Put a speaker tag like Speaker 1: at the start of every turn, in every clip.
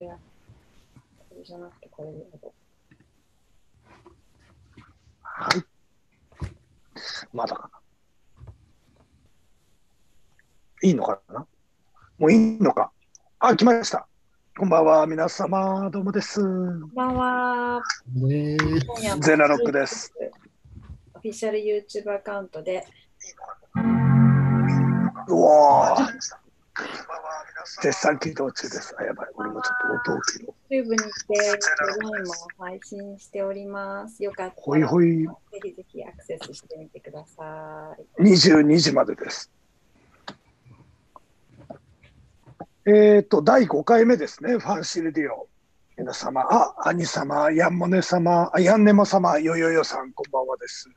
Speaker 1: いや、これじゃなくてこれでやろ
Speaker 2: はい。まだかな。いいのかなもういいのか。あ、来ました。こんばんは、皆様。どうもです。
Speaker 1: う。こんばんは。
Speaker 3: ね
Speaker 1: 今夜も
Speaker 2: ゼナロックです。
Speaker 1: オフィシャル YouTube アカウントで、
Speaker 2: うわー絶賛起動中です。あ、やばい。俺もちょっと音を起動。
Speaker 1: YouTube にて、ライも配信しております。よかったら、
Speaker 2: ほいほい、
Speaker 1: ぜひぜひアクセスしてみてください。
Speaker 2: 22時までです。えっ、と、第5回目ですね。ファンシルディオ。皆様、あ、兄様、ヤンモネ様、あヤンネモ様、よよよさん、こんばんはです。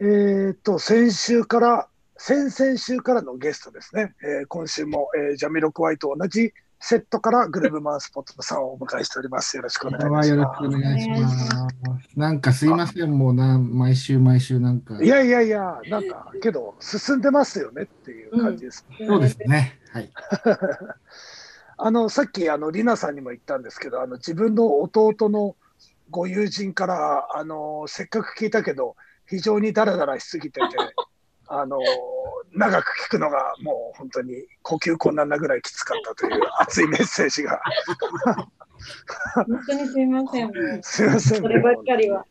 Speaker 2: えっ、と、先週から、先々週からのゲストですね。えー今週も、えージャミロクワイと同じセットからグルーブマンスポットさんをお迎えしております。よろしくお
Speaker 3: これ
Speaker 2: 願いい
Speaker 3: は
Speaker 2: たし
Speaker 3: よろ
Speaker 2: ま
Speaker 3: し
Speaker 2: す
Speaker 3: くお。願いします。なんかすいません、もうな、毎週毎週なんか。
Speaker 2: いやいやいや、なんか、けど、進んでますよねっていう感じです。
Speaker 3: そうですね。はい。
Speaker 2: あの、さっき、あの、りなさんにも言ったんですけど、あの、自分の弟のご友人から、あの、せっかく聞いたけど、非常にダラダラしすぎてて、 あの、長く聞くのが、もう本当に呼吸困難なぐらいきつかったという熱いメッセージが、
Speaker 1: 本当にすみません。もう
Speaker 2: すいません
Speaker 1: そ。ればっかりは。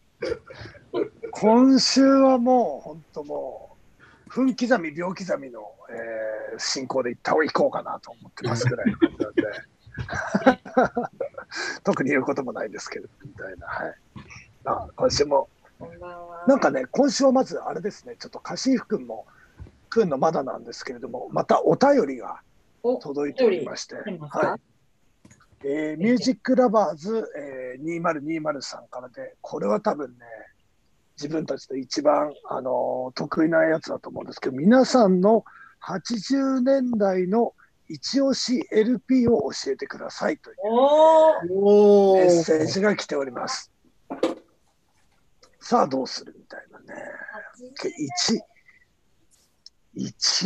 Speaker 2: 今週はもう、本当もう、分刻み、秒刻みの、えー進行で行った方行こうかなと思ってますぐらいの感じなんで、 特に言うこともないんですけど、みたいな。はい、あ今週も、
Speaker 1: こんばんは。
Speaker 2: なんかね、今週はまず、あれですね、ちょっとカシーフ君も、くんのまだなんですけれども、またお便りが
Speaker 1: お、
Speaker 2: 届いておりまして、
Speaker 1: 来てます
Speaker 2: は
Speaker 1: か
Speaker 2: いえーミュージックラバーズ、えー、2020さんからで、これは多分ね、自分たちで一番、あのー得意なやつだと思うんですけど、皆さんの80年代の一押し LP を教えてくださいという
Speaker 1: おー
Speaker 3: お
Speaker 2: メッセージが来ております。さあ、どうするみたいなね。1,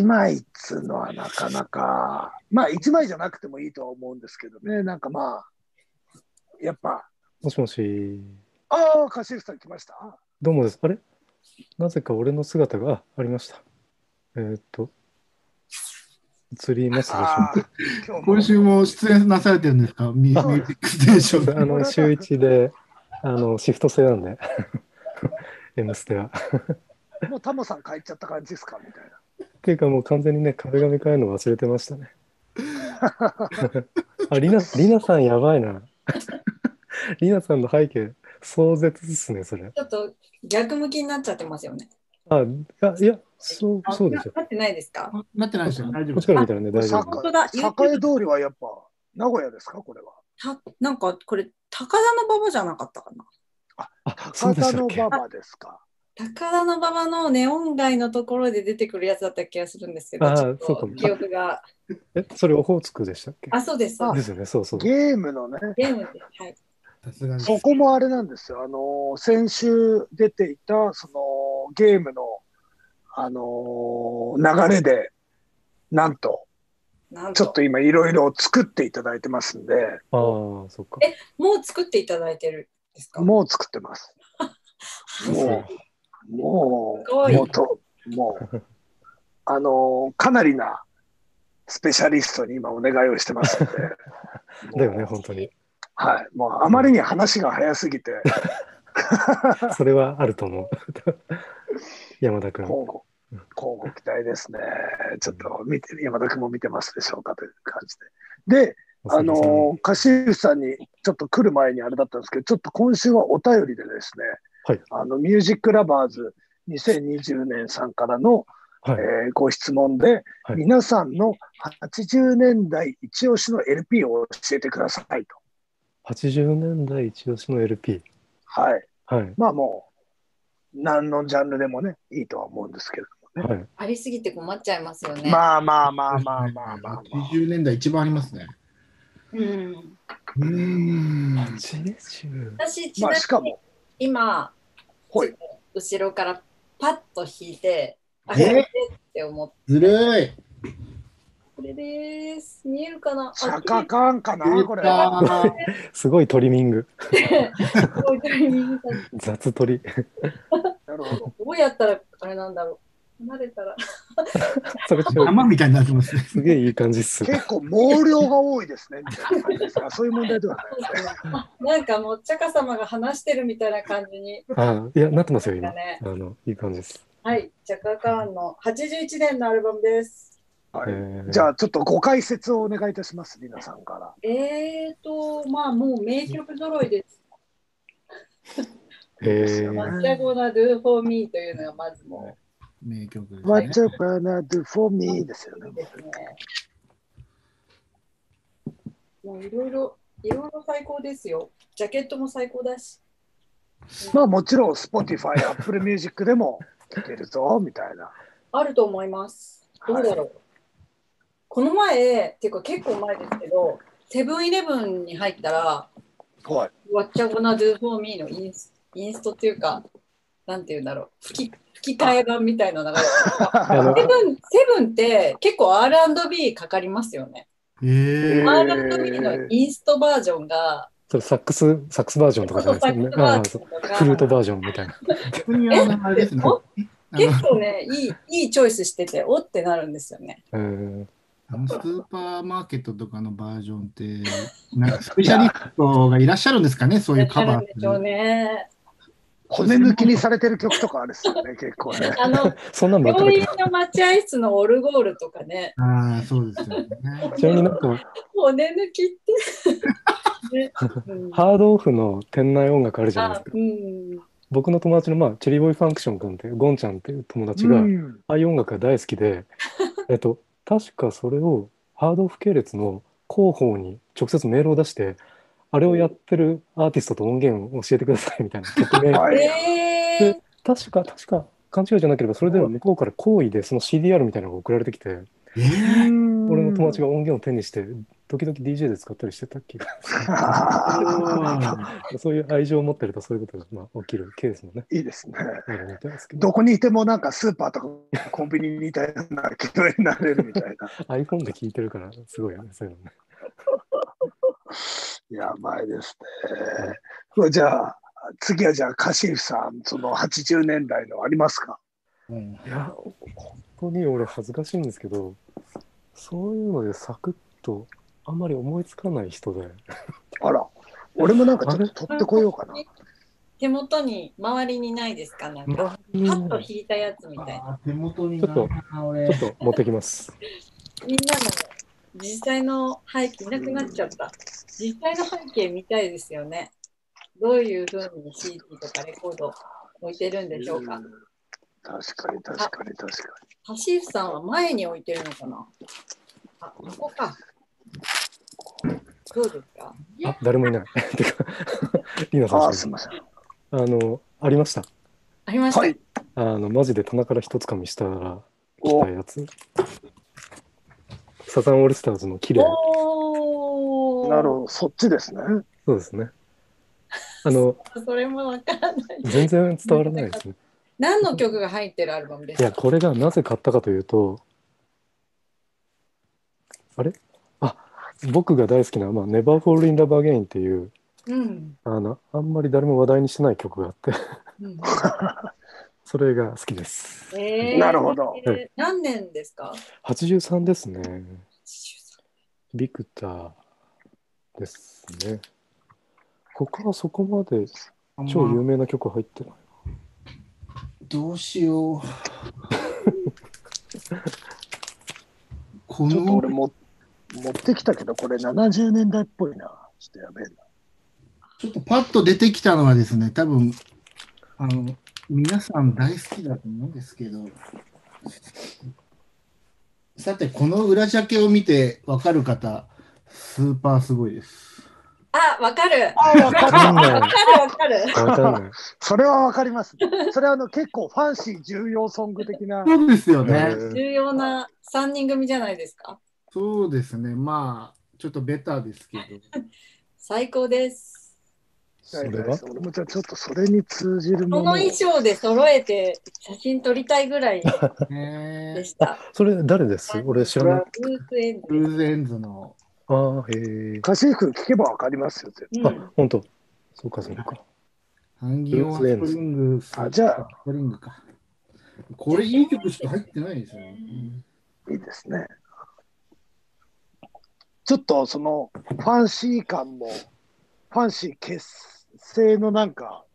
Speaker 2: 1枚っつうのはなかなか、まあ1枚じゃなくてもいいとは思うんですけどね、なんかまあ、やっぱ、
Speaker 4: もしもし。
Speaker 2: ああ、カシフさん来ました。
Speaker 4: どうもです。あれなぜか俺の姿があありました。えーっと、映りますでしょう
Speaker 2: あ
Speaker 4: か。
Speaker 2: ー今日も
Speaker 3: 今週も出演なされてるんですかミミュージックステーション
Speaker 4: あの、週一で、あの、シフト制なんで、M ステは。っ
Speaker 2: もうタモさん帰っちゃった感じですかみたいな。
Speaker 4: ていうかもう完全にね、壁紙変えるの忘れてましたね。 あ、リナ、リナさんやばいな。 リナさんの背景、壮絶ですね、それ。
Speaker 1: ちょっと逆向きになっちゃってますよね。
Speaker 4: あ、いや、いやそう、そうでしょ。
Speaker 1: なってないですか
Speaker 3: なってないですよ。大丈夫
Speaker 4: こっちから見たらね、大丈
Speaker 2: さ
Speaker 4: 夫。
Speaker 1: 本当だ
Speaker 2: 栄通りはやっぱ、名古屋ですかこれは。
Speaker 5: たなんかこれ高田の馬場じゃなかったかな
Speaker 4: あ、そ
Speaker 2: 博
Speaker 4: うで
Speaker 2: 多
Speaker 4: した
Speaker 2: の
Speaker 4: っけ
Speaker 2: 馬。場ですか。
Speaker 5: 高田の馬場のネオン街のところで出てくるやつだった気がするんですけど
Speaker 4: あー
Speaker 5: ちょっ
Speaker 4: そうか
Speaker 5: と
Speaker 4: も
Speaker 5: 記憶が
Speaker 4: え、それオホーツクでしたっけ
Speaker 5: あそうです
Speaker 2: あ
Speaker 4: ですよね、そうそう。
Speaker 2: ゲームのね、
Speaker 5: ゲームですはい
Speaker 3: さすがに。
Speaker 2: そこもあれなんですよ。あの、先週出ていた、その、ゲームの、あの、流れで、なんと、
Speaker 5: なん
Speaker 2: ちょっ
Speaker 5: と
Speaker 2: と今いろいろ作っていただいてますんで、
Speaker 4: ああ、そっか。
Speaker 5: もう作っていただいてるんですか
Speaker 2: もう作ってます。もう、も
Speaker 5: すご
Speaker 2: う、
Speaker 5: い
Speaker 2: もうと、もう、あの、かなりなスペシャリストに今お願いをしてますんで。
Speaker 4: だよね、本当に。
Speaker 2: はい。もうあまりに話が早すぎて、
Speaker 4: それはあると思う。 山田君。
Speaker 2: 交互、交互期待ですね。ちょっと見て、山田君も見てますでしょうかという感じで。で、あの、カシウさんにちょっと来る前にあれだったんですけど、ちょっと今週はお便りでですね、
Speaker 4: はい
Speaker 2: あの、ミュージックラバーズ2020年さんからの、
Speaker 4: はい
Speaker 2: えーご質問で、
Speaker 4: はい
Speaker 2: 皆さんの80年代一押しの LP を教えてくださいと。
Speaker 4: 80年代一押しの LP。
Speaker 2: はい。
Speaker 4: はい。
Speaker 2: まあもう、何のジャンルでもね、いいとは思うんですけど。
Speaker 4: はい。
Speaker 5: ありすぎて困っちゃいますよね、
Speaker 2: まあまあまあまあまあまあ、まあ。
Speaker 3: 80年代一番ありますね。
Speaker 5: うん、
Speaker 3: うーん。
Speaker 4: 80?
Speaker 5: 私ち
Speaker 2: ま
Speaker 5: な
Speaker 2: あ
Speaker 5: み
Speaker 2: しか
Speaker 5: に
Speaker 2: も、
Speaker 5: 今
Speaker 2: ほい。
Speaker 5: 後ろからパッと引いてあ
Speaker 3: え
Speaker 5: れって思っ
Speaker 3: ずるい。
Speaker 5: て
Speaker 1: れです。見えるかなあ
Speaker 2: 坂缶かなこれ。
Speaker 3: あー
Speaker 4: すごいトリミング。
Speaker 1: 置いてある右下
Speaker 4: 雑トリ。
Speaker 2: なるほど。
Speaker 1: どうやったらあれなんだろう。離れたら。
Speaker 4: それちょ
Speaker 3: 山みたいになってますね。
Speaker 4: すげえいい感じっすね。
Speaker 2: 結構毛量が多いですね。みたいな感じ ですがそういう問題ではないですね。
Speaker 5: なんかもう、チャカ様が話してるみたいな感じに。
Speaker 4: あいや、なってますよ、今。
Speaker 5: だ
Speaker 4: あ
Speaker 5: ね。
Speaker 4: の、いい感じです。
Speaker 5: はい、チャカカーンの81年のアルバムです。
Speaker 2: は
Speaker 4: え
Speaker 2: い。
Speaker 4: ー
Speaker 2: じゃあちょっとご解説をお願いいたします。皆さんから。
Speaker 5: えーと、まあもう名曲揃いです。
Speaker 4: えー
Speaker 5: マッチャゴナ・ドゥ・フォー・ミーというのがまずも
Speaker 3: 名曲ですね。
Speaker 2: What you gonna do for me ですよ
Speaker 5: うい
Speaker 2: ね
Speaker 5: い。ですね。もういろいろ、いろいろ最高ですよ。ジャケットも最高だし。
Speaker 2: まあもちろん Spotify、Apple Music でも聴けるぞみたいな。
Speaker 5: あると思います。どうだろう。この前、っていうか結構前ですけど、セブンイレブンに入ったら、
Speaker 2: はい。
Speaker 5: わっちゃごな Do For Me のインスインストっていうか、なんて言うんだろう、吹き吹き替え版みたいなのが、
Speaker 4: あの
Speaker 5: セブンセブンって結構 R&B かかりますよね。
Speaker 3: え
Speaker 2: へー
Speaker 5: R&B のインストバージョンが、
Speaker 4: それサックス、サックスバージョンとかじゃないですよね。あー
Speaker 5: サックス
Speaker 4: そう
Speaker 5: バージョンとか
Speaker 4: フルートバージョンみたいな。
Speaker 3: ー、こういうあのあれですね。あの
Speaker 5: 結構ね、いいいいチョイスしてて、おってなるんですよね。
Speaker 4: えー
Speaker 3: あのスーパーマーケットとかのバージョンって、なんかスペシャリストがいらっしゃるんですかね、そうい
Speaker 5: や
Speaker 3: う
Speaker 5: っ
Speaker 3: カ
Speaker 5: て
Speaker 3: バ
Speaker 5: る
Speaker 3: ー
Speaker 5: んでしょう
Speaker 3: って。
Speaker 5: ね。
Speaker 2: 骨抜きにされてる曲とかあるっすよね、結構ね。
Speaker 5: あの、
Speaker 4: そんなんばっか
Speaker 5: 病
Speaker 4: り
Speaker 5: 院。の待合室のオルゴールとかね、
Speaker 3: ああ、そうですよね。
Speaker 4: ちなみになんか、
Speaker 5: 骨抜きって。 ねうん
Speaker 4: ハードオフの店内音楽あるじゃないです
Speaker 5: あ
Speaker 4: か。
Speaker 5: うん、
Speaker 4: 僕の友達の、まあ、チェリーボーイファンクション君って、ゴンちゃんっていう友達が、
Speaker 2: うん
Speaker 4: ああいう音楽が大好きで、えっと、確かそれをハードオフ系列の広報に直接メールを出して、あれをやってるアーティストと音源を教えてくださいみたいな曲名
Speaker 2: はい
Speaker 5: えー
Speaker 4: で、確か、確か、勘違いじゃなければ、それでは向こうから好意で、その CDR みたいなのが送られてきて、
Speaker 3: えー、
Speaker 4: 俺の友達が音源を手にして、時々 DJ で使ったりしてたっけ そういう愛情を持ってると、そういうことが、まあ、起きるケースもね、
Speaker 2: いいですね。
Speaker 4: あるみたいですけど、
Speaker 2: どこにいてもなんかスーパーとかコンビニみたいな気分になれるみた いな。
Speaker 4: iPhone で聞いてるから、すごいよね、そういうのね。
Speaker 2: やばいですね。これじゃあ、次はじゃあ、カシーフさん、その80年代のありますか
Speaker 3: うん
Speaker 4: いや、本当に俺、恥ずかしいんですけど、そういうので、サクッと、あんまり思いつかない人で、
Speaker 2: あら、俺もなんかちょっと取ってこようかな。
Speaker 5: 手元に周りにないですかなんか、パッと
Speaker 4: ち
Speaker 5: 引いたやつみたいな。
Speaker 3: あー手元に
Speaker 4: ちょっと
Speaker 3: な、俺
Speaker 4: ょっと持ってきます。
Speaker 5: みんなの実際の背景なくなっちゃった。実際の背景見たいですよね。どういうふうに CD とかレコード置いてるんでしょうか
Speaker 2: うん。確かに確かに確か
Speaker 5: ハシーフさんは前に置いてるのかなあ、ここか。どうですか
Speaker 4: あ、誰もい ない。てか、リナ
Speaker 2: に。あ
Speaker 4: さん
Speaker 2: あ、
Speaker 4: し
Speaker 2: す
Speaker 4: かい
Speaker 2: み
Speaker 4: ない、
Speaker 2: ません。
Speaker 4: あの、ありました。
Speaker 5: ありました。
Speaker 2: はい
Speaker 4: あの、マジで棚から一つかみしたら、来
Speaker 2: お
Speaker 4: たやつ。サザンオールスターズの綺麗。
Speaker 5: おー
Speaker 2: なるほど、そっちですね。
Speaker 4: そうですね。あの、
Speaker 5: それもわかんない。
Speaker 4: 全然伝わらないですね。
Speaker 5: 何の曲が入ってるアルバムで
Speaker 4: い
Speaker 5: す
Speaker 4: や、
Speaker 5: か
Speaker 4: これがなぜ買ったかというと、あれあ、僕が大好きな、まあ、Never Fall in Love Again っていう、
Speaker 5: うん。
Speaker 4: あの、あんまり誰も話題にしてない曲があって、
Speaker 5: うん
Speaker 4: それが好きです。
Speaker 5: えー
Speaker 2: なるほど。
Speaker 5: えー何年ですか
Speaker 4: 83ですね。ビクターですね。他はそこまで超有名な曲入ってない。
Speaker 3: どうしよう。こ
Speaker 2: ちょっと
Speaker 3: の
Speaker 2: 俺も持ってきたけど、これ70年代っぽいな。ちょっとやべえな。
Speaker 3: ちょっとパッと出てきたのはですね、多分あの皆さん大好きだと思うんですけど、さて、この裏ジャケを見てわかる方、スーパーすごいです。
Speaker 5: あ、わかる。
Speaker 2: ああ、わか
Speaker 4: わ
Speaker 2: った。
Speaker 4: かんない。
Speaker 5: わかるわかる。
Speaker 4: わかんない。
Speaker 2: それはわかります、ね。それはあの結構ファンシー重要ソング的な。
Speaker 3: そうですよ
Speaker 4: ね
Speaker 3: ね。
Speaker 5: 重要な三人組じゃないですか。
Speaker 3: そうですね。まあ、ちょっとベターですけど。
Speaker 5: 最高です。
Speaker 4: それは
Speaker 2: 俺もじゃあちょっとそれに通じる
Speaker 5: こ
Speaker 2: も
Speaker 5: の
Speaker 2: のを
Speaker 5: 衣装で揃えて写真撮りたいぐらいで
Speaker 3: ね
Speaker 5: した。
Speaker 4: それ誰です俺知らない。
Speaker 5: ブルークエン
Speaker 3: ブルーズエンズの、
Speaker 4: ああ、へえ。
Speaker 2: 歌詞服聞けばわかりますよ、絶
Speaker 5: ド。うん
Speaker 4: あ、本当。そうか、そうか。
Speaker 3: ハンギングスプリングス、
Speaker 2: あじゃあ
Speaker 3: スプリングか。これいい曲しか入ってないですよね。
Speaker 2: 対いいですね。ちょっとそのファンシー感も、ファンシー結成のなんか、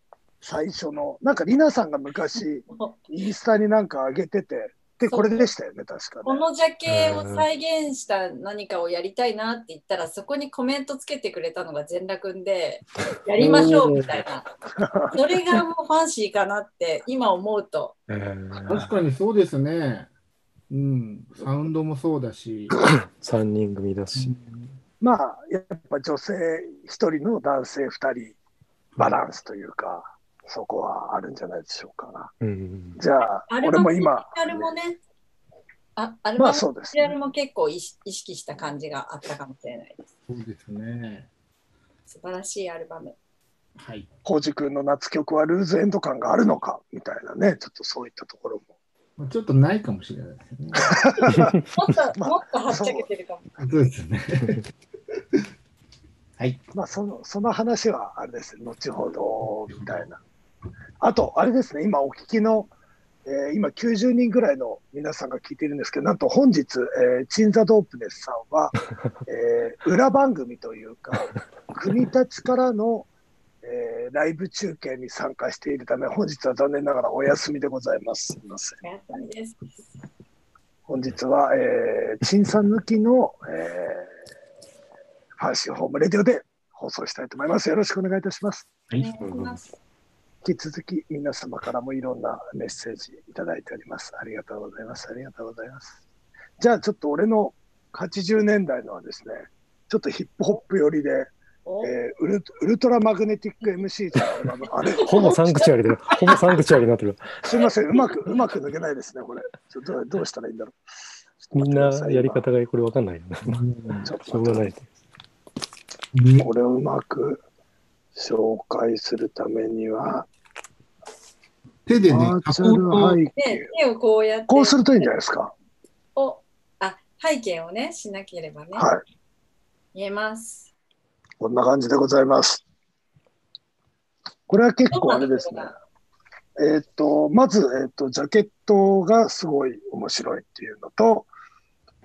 Speaker 2: 最初の、なんかリナさんが昔、インスタになんか上げてて、で、これでしたよね、確か
Speaker 5: こ
Speaker 2: ね。
Speaker 5: のジャケを再現した何かをやりたいなって言ったら、そこにコメントつけてくれたのが全楽君 で、やりましょうみたいな。それがもうファンシーかなって今思うと。
Speaker 4: え
Speaker 3: 確
Speaker 4: ー、
Speaker 3: かにそうですね。うん、サウンドもそうだし。
Speaker 4: 3人組だし。
Speaker 2: まあ、やっぱ女性1人の男性2人、バランスというか、そこはあるんじゃないでしょうかな。
Speaker 4: うん。
Speaker 2: じゃあ
Speaker 5: ア、ル
Speaker 2: 俺
Speaker 5: バ
Speaker 2: も
Speaker 5: ムの
Speaker 2: 今
Speaker 5: ビ、ジュアルもね、あアル
Speaker 2: ま
Speaker 5: バ
Speaker 2: あ
Speaker 5: ム
Speaker 2: そ
Speaker 5: の
Speaker 2: うです
Speaker 5: ビジュア
Speaker 2: ね。
Speaker 5: ルも結構意識意識した感じがあったかもしれないです。
Speaker 3: そうですね。
Speaker 5: 素晴らしいアルバム。
Speaker 3: はい。
Speaker 2: 浩二君の夏曲はルーズエンド感があるのかみたいなね、ちょっとそういったところも。
Speaker 3: まあちょっとないかもしれないですね。
Speaker 5: もっと、
Speaker 2: まあ
Speaker 5: もっとはっちゃけてるかも。
Speaker 3: そうですね。はい。
Speaker 2: まあその、その話はあれですね、後ほどみたいな。あと、あれですね、今お聞きの、えー今90人ぐらいの皆さんが聞いてるんですけど、なんと本日、えー、チンザドープネスさんは、えー 裏番組というか、国立からの、えーライブ中継に参加しているため、本日は残念ながらお休みでございます。すみません。
Speaker 5: おやすみです。
Speaker 2: 本日は、えー、陳さん抜きの、えー、阪神ホームレディオで放送したいと思います。よろしくお願いいたします。
Speaker 5: お願いします。
Speaker 2: 引き続き皆様からもいろんなメッセージいただいております。ありがとうございます。ありがとうございます。じゃあちょっと俺の80年代のはですね、ちょっとヒップホップ寄りで、
Speaker 5: お
Speaker 2: えーウルウルトラマグネティック MC さんのアルバム あれ、
Speaker 4: ほぼサンクチュアリ だよ。ほぼサンクチュアリになってる。
Speaker 2: すいません、うまく、うまく抜けないですね、これ。ちょっとどうどうしたらいいんだろう。
Speaker 4: みんなやり方がこれわかんないよな。
Speaker 2: ちょっと待ってください
Speaker 4: しょうがない。
Speaker 3: ね
Speaker 2: これをうまく紹介するためには、
Speaker 3: 手でね、
Speaker 2: バー
Speaker 3: 囲
Speaker 2: チャ
Speaker 3: うと
Speaker 2: ル背
Speaker 5: で
Speaker 2: 景。、
Speaker 5: 手をこうやって、
Speaker 2: こうするといいんじゃないですか。
Speaker 5: おあ背景をね、しなければね、
Speaker 2: はい。
Speaker 5: 見えます。
Speaker 2: こんな感じでございます。これは結構あれですね。えーっと、まず、えーっと、ジャケットがすごい面白いっていうのと、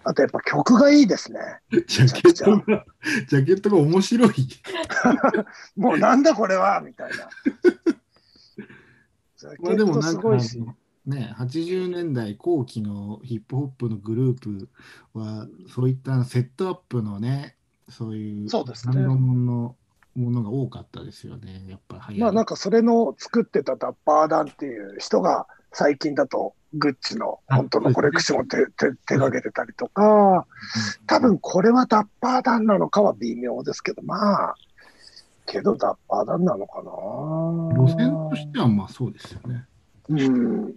Speaker 2: あとやっぱ曲がいいですね。
Speaker 3: ジャケットが、ジャケットが面白い。
Speaker 2: もうなんだこれはみたいな。ジャ
Speaker 3: ま
Speaker 2: ケ
Speaker 3: あで
Speaker 2: ッ
Speaker 3: も
Speaker 2: ト
Speaker 3: な
Speaker 2: す
Speaker 3: んか
Speaker 2: ごいし。
Speaker 3: ね、80年代後期のヒップホップのグループは、そういったセットアップのね、そういう
Speaker 2: そうですね
Speaker 3: バンドものものが多かったですよね、やっぱり流行り。
Speaker 2: まあなんかそれの作ってたダッパーダンっていう人が最近だとグッチの本当のコレクションを手手手掛けてたりとか多分これはダッパーダンなのかは微妙ですけどまあけどダッパーダンなのかな
Speaker 3: 路線としてはまあそうですよね。
Speaker 2: うん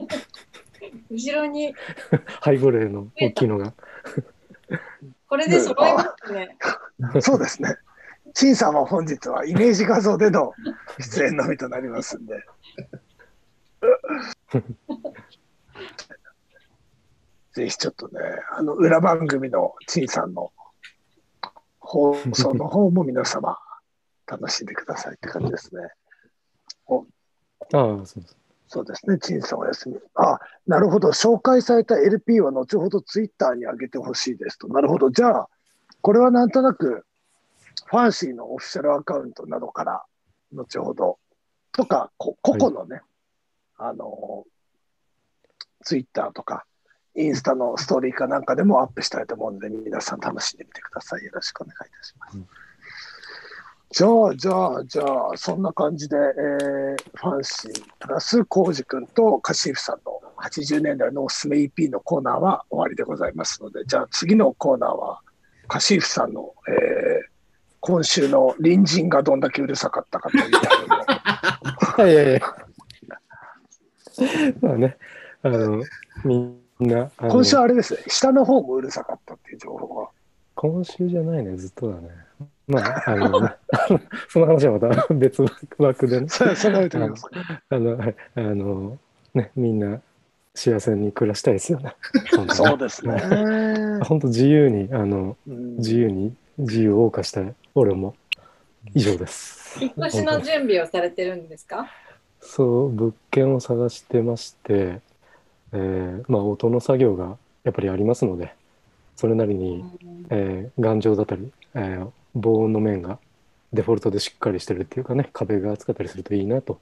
Speaker 5: 後ろに、
Speaker 4: ハイボレーの大きいのが。
Speaker 5: これで揃えますね。
Speaker 2: そうですね陳さんは本日はイメージ画像での出演のみとなりますんでぜひちょっとねあの裏番組の陳さんの放送の方も皆様楽しんでくださいって感じですね
Speaker 4: ああ、そうです。
Speaker 2: そうですね陳さんお休みあなるほど紹介された LP は後ほどツイッターに上げてほしいですとなるほどじゃあこれはなんとなくファンシーのオフィシャルアカウントなどから後ほどとかこ個々のね、あのツイッターとかインスタのストーリーかなんかでもアップしたいと思うので皆さん楽しんでみてくださいよろしくお願いいたします、
Speaker 4: うん
Speaker 2: じゃあじゃあじゃあそんな感じで、えーファンシープラス浩二君とカシーフさんの80年代のおすすめ EP のコーナーは終わりでございますのでじゃあ次のコーナーはカシーフさんの、えー今週の隣人がどんだけうるさかったかというのを
Speaker 4: いやいやいや。 まあね、あの、みんな、あの
Speaker 2: 今週あれですね、下の方もうるさかったっていう情報が。
Speaker 4: 今週じゃないね、ずっとだね。まあ、あの、 その話はまた別枠でね、
Speaker 2: それ、それは置いておきます。
Speaker 4: あの、はいあの、ね、みんな幸せに暮らしたいですよね。本当に
Speaker 2: そうですね。
Speaker 4: 本当自由に、あの、
Speaker 2: うん
Speaker 4: 自由に、自由を謳歌したい。俺も。以上です。
Speaker 5: 引っ越しの準備をされてるんですか
Speaker 4: そう、物件を探してまして、えーまあ、音の作業がやっぱりありますので、それなりに、えー頑丈だったり、えー防音の面がデフォルトでしっかりしてるっていうかね、壁が厚かったりするといいなと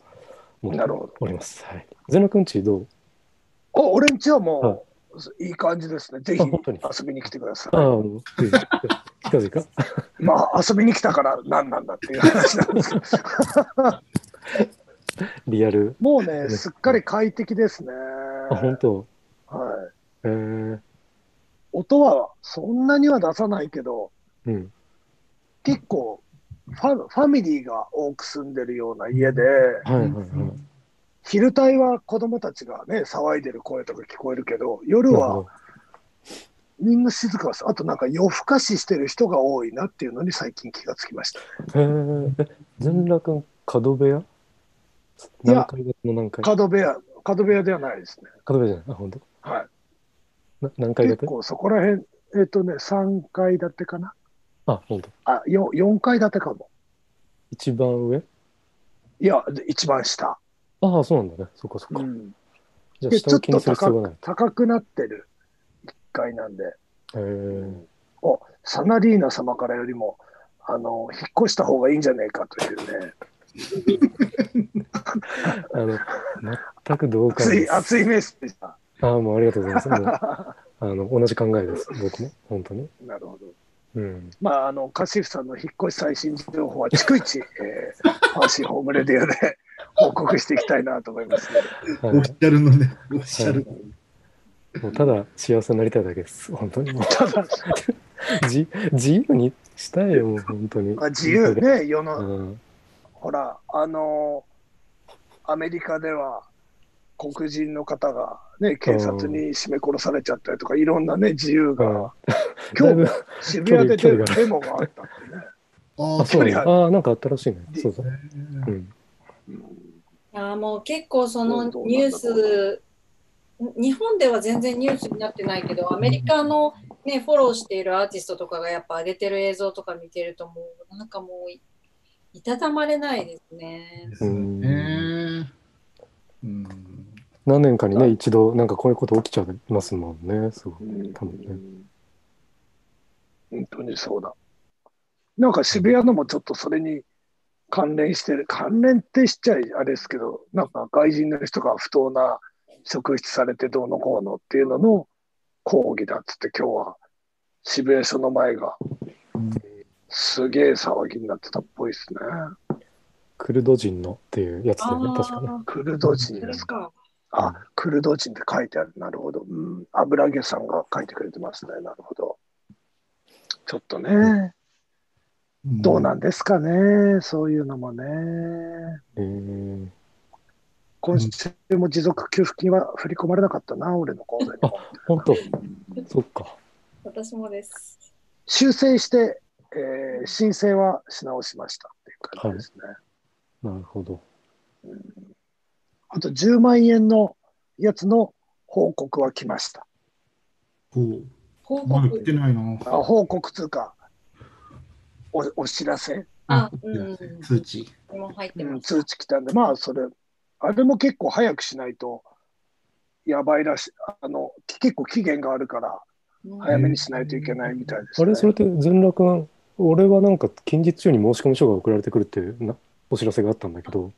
Speaker 4: 思って
Speaker 2: なるほど。
Speaker 4: おります。はい。ゼノくんちどう
Speaker 2: あ、俺んちはもう、いい感じですね。ぜひ
Speaker 4: あ本当に
Speaker 2: 遊びに来てくださ
Speaker 4: ああ、もう、いいです近づいか
Speaker 2: い。まあ、遊びに来たから何なんだっていう話なんですけど。
Speaker 4: リアル。
Speaker 2: もうね、すっかり快適ですね。
Speaker 4: あ、本当。
Speaker 2: はい。
Speaker 4: えー、
Speaker 2: 音はそんなには出さないけど、
Speaker 4: うん。
Speaker 2: 結構ファ、ファミリーが多く住んでるような家で、
Speaker 4: はいはいはい。
Speaker 2: 昼帯は子供たちがね、騒いでる声とか聞こえるけど、夜
Speaker 4: なる
Speaker 2: は
Speaker 4: ほ
Speaker 2: みんな静かです。あとなんか夜更かししてる人が多いなっていうのに最近気がつきました。
Speaker 4: ど。えー、え、ゼンラくん、角部屋
Speaker 2: や
Speaker 4: 何階建ての何階
Speaker 2: 角部屋、角部屋ではないですね。
Speaker 4: 角部屋じゃない。あ、本当。
Speaker 2: はい。
Speaker 4: な何階建
Speaker 2: 結
Speaker 4: て
Speaker 2: 構そこら辺、えっ、とね、3階建てかな。
Speaker 4: あ、本当。
Speaker 2: あ、4, 4階建てかも。
Speaker 4: 一番上
Speaker 2: いや、一番下。
Speaker 4: ああ、そうなんだね。そっかそっか。
Speaker 2: うん
Speaker 4: じゃあ、
Speaker 2: で、ち
Speaker 4: 下
Speaker 2: ょ
Speaker 4: を
Speaker 2: っ
Speaker 4: 気に
Speaker 2: と
Speaker 4: する必要
Speaker 2: 高
Speaker 4: が
Speaker 2: く高くなってる1階なんで、
Speaker 4: ない。へ
Speaker 2: おサナリーナ様からよりも、あの、引っ越した方がいいんじゃねえかというね、
Speaker 4: え。あの、全く同感
Speaker 2: 熱
Speaker 4: で
Speaker 2: い、
Speaker 4: す。
Speaker 2: 熱いメッセージだ。
Speaker 4: ああ、もうありがとうございま す。もうあの、同じ考えです。僕も。本当に。
Speaker 2: なるほど。
Speaker 4: うん。
Speaker 2: まあ、あの、カシフさんの引っ越し最新情 報は、逐一、えー、ファンシーホームレディオで報告していきたいなと思います、ね。
Speaker 4: は
Speaker 3: オフィシャルのね、オフィシャル。
Speaker 4: い、もうただ幸せになりたいだけです。本当に。もう
Speaker 2: ただ、
Speaker 4: じ自由にしたいよ、もう本当に
Speaker 2: ま。あ、自由ね、世
Speaker 4: う
Speaker 2: の、
Speaker 4: ん。
Speaker 2: ほら、あの、アメリカでは、黒人の方が、ね、警察に絞め殺されちゃったりとか、いろんなね、自由
Speaker 4: う
Speaker 2: が、
Speaker 4: んだ
Speaker 2: 今
Speaker 4: い
Speaker 2: 日
Speaker 4: ぶ
Speaker 2: も渋谷で
Speaker 4: 距
Speaker 2: デ
Speaker 4: 離距離が
Speaker 2: デモがあったってね。
Speaker 3: あ
Speaker 4: あ、
Speaker 3: あ、そ
Speaker 4: そううなんだああ、なんかあったらしいね。そうそう。
Speaker 3: ね。
Speaker 4: うん。
Speaker 5: いやーもう結構その
Speaker 2: どう
Speaker 5: ニュー
Speaker 2: どうなんだ
Speaker 5: ス日本では全然ニュースになってないけどアメリカの、ね、フォローしているアーティストとかがやっぱ上げてる映像とか見てるともうなんかもういいたたまれないですね。
Speaker 3: ですね。うん。
Speaker 4: 何年かにね、一度、なんかこういうこと起きちゃいますもんね。すごい。多分ね。
Speaker 2: 本当にそうだ。なんか渋谷のもちょっとそれに関連してる、関連ってしちゃいあれですけど、なんか外人の人が不当な職質されてどうのこうのっていうのの抗議だっつって、今日は渋谷署の前がすげえ騒ぎになってたっぽいですね。
Speaker 4: クルド人のっていうやつだよね、確かね。
Speaker 5: あ
Speaker 2: クルド人
Speaker 5: ーそ
Speaker 2: で
Speaker 5: れ
Speaker 2: す
Speaker 5: か
Speaker 2: か。あ、クルド人って書いてある。なるほど。うん。油揚げさんが書いてくれてますね。なるほど。ちょっとね、どうなんですかね。そういうのもね。
Speaker 4: えー、
Speaker 2: 今週も持続給付金は振り込まれなかったな、俺の口座に。
Speaker 4: 本当。そっか。
Speaker 5: 私もです。
Speaker 2: 修正して、えー申請はし直しましたっていう感じですね。
Speaker 4: なるほど。
Speaker 2: あと10万円のやつの報告は来ました。
Speaker 3: ほう。
Speaker 5: 報
Speaker 3: まだ
Speaker 5: 告
Speaker 3: 来てないな。
Speaker 2: あ報告通過。おお知らせ
Speaker 5: あ、うんうんうん、
Speaker 3: 通知。
Speaker 5: これも入って
Speaker 2: う
Speaker 5: ま
Speaker 2: ん、
Speaker 5: す。
Speaker 2: 通知来たんで、まあ、それ、あれも結構早くしないと、やばいらしい、あの、結構期限があるから、
Speaker 5: うん
Speaker 2: 早めにしないといけないみたいです、
Speaker 4: あ
Speaker 2: ね
Speaker 4: れ、それって全楽君、俺はなんか近日中に申し込み書が送られてくるってなお知らせがあったんだけど、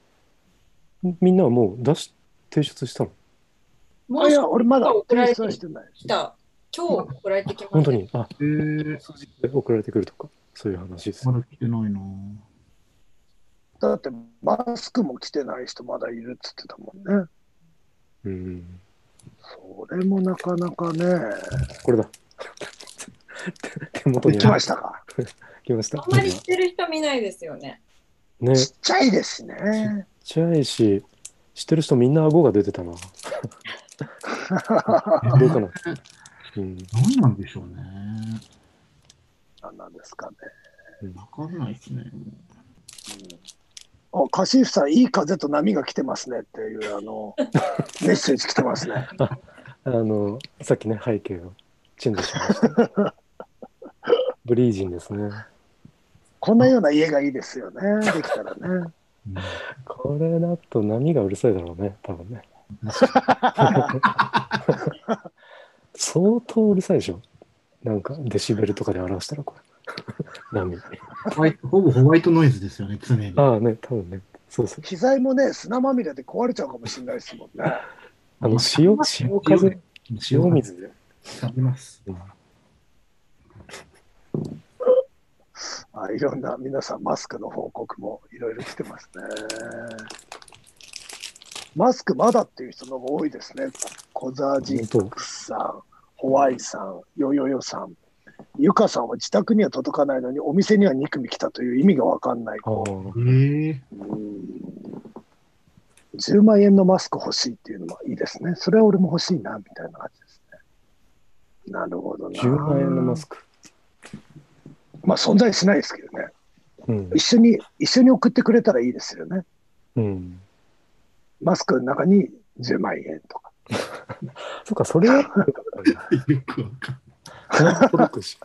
Speaker 4: みんなはもう出し、提出したの
Speaker 5: も
Speaker 2: あ、いうや、俺まだ
Speaker 5: 送ら
Speaker 2: 提
Speaker 5: れ
Speaker 2: 出はしててない。
Speaker 5: きた。今日送られてきました。
Speaker 4: 本当に、あ、
Speaker 3: えー、
Speaker 4: 送られてくるとか、そういう話です
Speaker 3: ま。だ来てないな。
Speaker 2: だって、マスクも着てない人まだいるっつってたもんね。
Speaker 4: うん。
Speaker 2: それもなかなかね、
Speaker 4: これだ。 手元に
Speaker 2: 来ま
Speaker 4: し
Speaker 2: したか。
Speaker 4: た。来ました
Speaker 5: あんまりしてる人見ないですよね。
Speaker 4: ね、
Speaker 2: ち
Speaker 4: ちっ
Speaker 2: っちゃいですね。
Speaker 4: ちゃいし、知ってる人みんな顎が出てたな。どうかな。うん。
Speaker 3: 何なんでしょうね。
Speaker 2: 何なんですかね。
Speaker 3: わかんないですね。
Speaker 2: あ、カシーフさん、いい風と波が来てますねっていう、あの、メッセージ来てますね。
Speaker 4: あの、さっきね、背景をチェンジしました。ブリージンですね。
Speaker 2: こんなような家がいいですよね。できたらね。
Speaker 4: これだと波がうるさいだろうね、多分ね。相当うるさいでしょ。なんか、デシベルとかで表したら、これ。波。
Speaker 3: ホワイトほぼホワイトノイズですよね、常に。
Speaker 4: ああね、多分ね。そうそう。
Speaker 2: 機材もね、砂まみれで壊れちゃうかもしれないですもんね。
Speaker 4: あの、潮、潮風、
Speaker 3: 塩
Speaker 4: 潮
Speaker 3: 水
Speaker 4: 水で。
Speaker 3: 使ってます。
Speaker 2: あいろんな皆さん、マスクの報告もいろいろ来てますね。マスクまだっていう人の方が多いですね。小沢ジックスさん、ホワイさん、ヨヨヨさん。ゆかさんは自宅には届かないのに、お店には2組来たという意味がわかんない
Speaker 4: ああ
Speaker 2: 子。。
Speaker 3: えー、
Speaker 2: 10万円のマスク欲しいっていうのもいいですね。それは俺も欲しいな、みたいな感じですね。なるほどな。
Speaker 4: 10万円のマスク。
Speaker 2: まあ存在しないですけどね。
Speaker 4: うん
Speaker 2: 一。緒に、一緒に送ってくれたらいいですよね。
Speaker 4: うん。
Speaker 2: マスクの中に10万円とか。
Speaker 4: そっか、それ
Speaker 3: よ
Speaker 4: は。
Speaker 3: くわかん
Speaker 4: 届くし。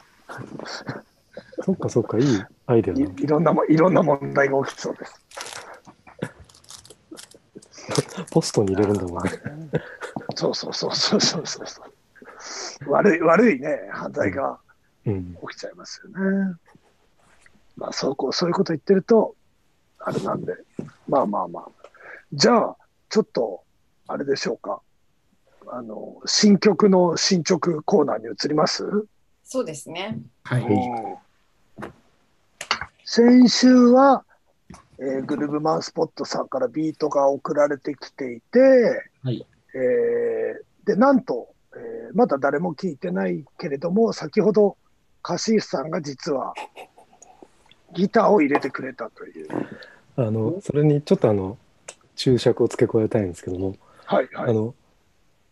Speaker 4: そっか、そっか、いいアイデアだ。
Speaker 2: いいろんなも、いろんな問題が起きそうです。
Speaker 4: ポストに入れるんだもんね。
Speaker 2: そうそうそうそうそうそうそう。悪い、悪いね、犯罪が
Speaker 4: うん。
Speaker 2: 起きちゃいますよね。まあ、そうこう、そういうこと言ってると、あれなんで、まあまあまあ。じゃあ、ちょっと、あれでしょうか。あの、新曲の進捗コーナーに移ります
Speaker 5: そうですね。
Speaker 3: ない。はい。
Speaker 2: うん先週は、えーグルーブマンスポットさんからビートが送られてきていて、
Speaker 3: はい
Speaker 2: えーでなんと、えーまだ誰も聞いてないけれども先ほどカシーフさんが実はギターを入れてくれたという。
Speaker 4: あの、それにちょっとあの、注釈を付け加えたいんですけども、
Speaker 2: はいは
Speaker 4: あ
Speaker 2: い。
Speaker 4: の、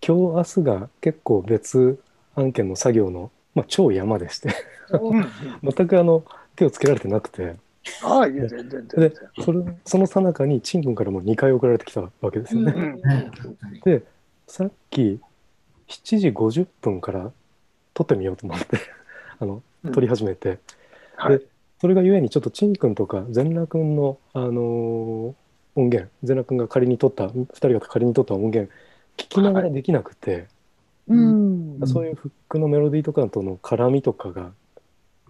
Speaker 4: 今日明日が結構別案件の作業の、まあ、超山でして、
Speaker 2: うんうん
Speaker 4: 全くあの、手をつけられてなくて、
Speaker 2: はい、全然全然
Speaker 4: で。それその最中に、チン君からも2回送られてきたわけですよね。
Speaker 2: うん
Speaker 3: はい。
Speaker 4: で、さっき、7時50分から撮ってみようと思って、 あの、撮り始めて、
Speaker 2: はい
Speaker 4: でそれがゆえにちょっとチン君とか全裸君の、あのー音源全裸君が仮に撮った2人が仮に撮った音源聞きながらできなく
Speaker 2: う
Speaker 4: て、
Speaker 2: ん
Speaker 4: そういうフックのメロディーとかとの絡みとかが、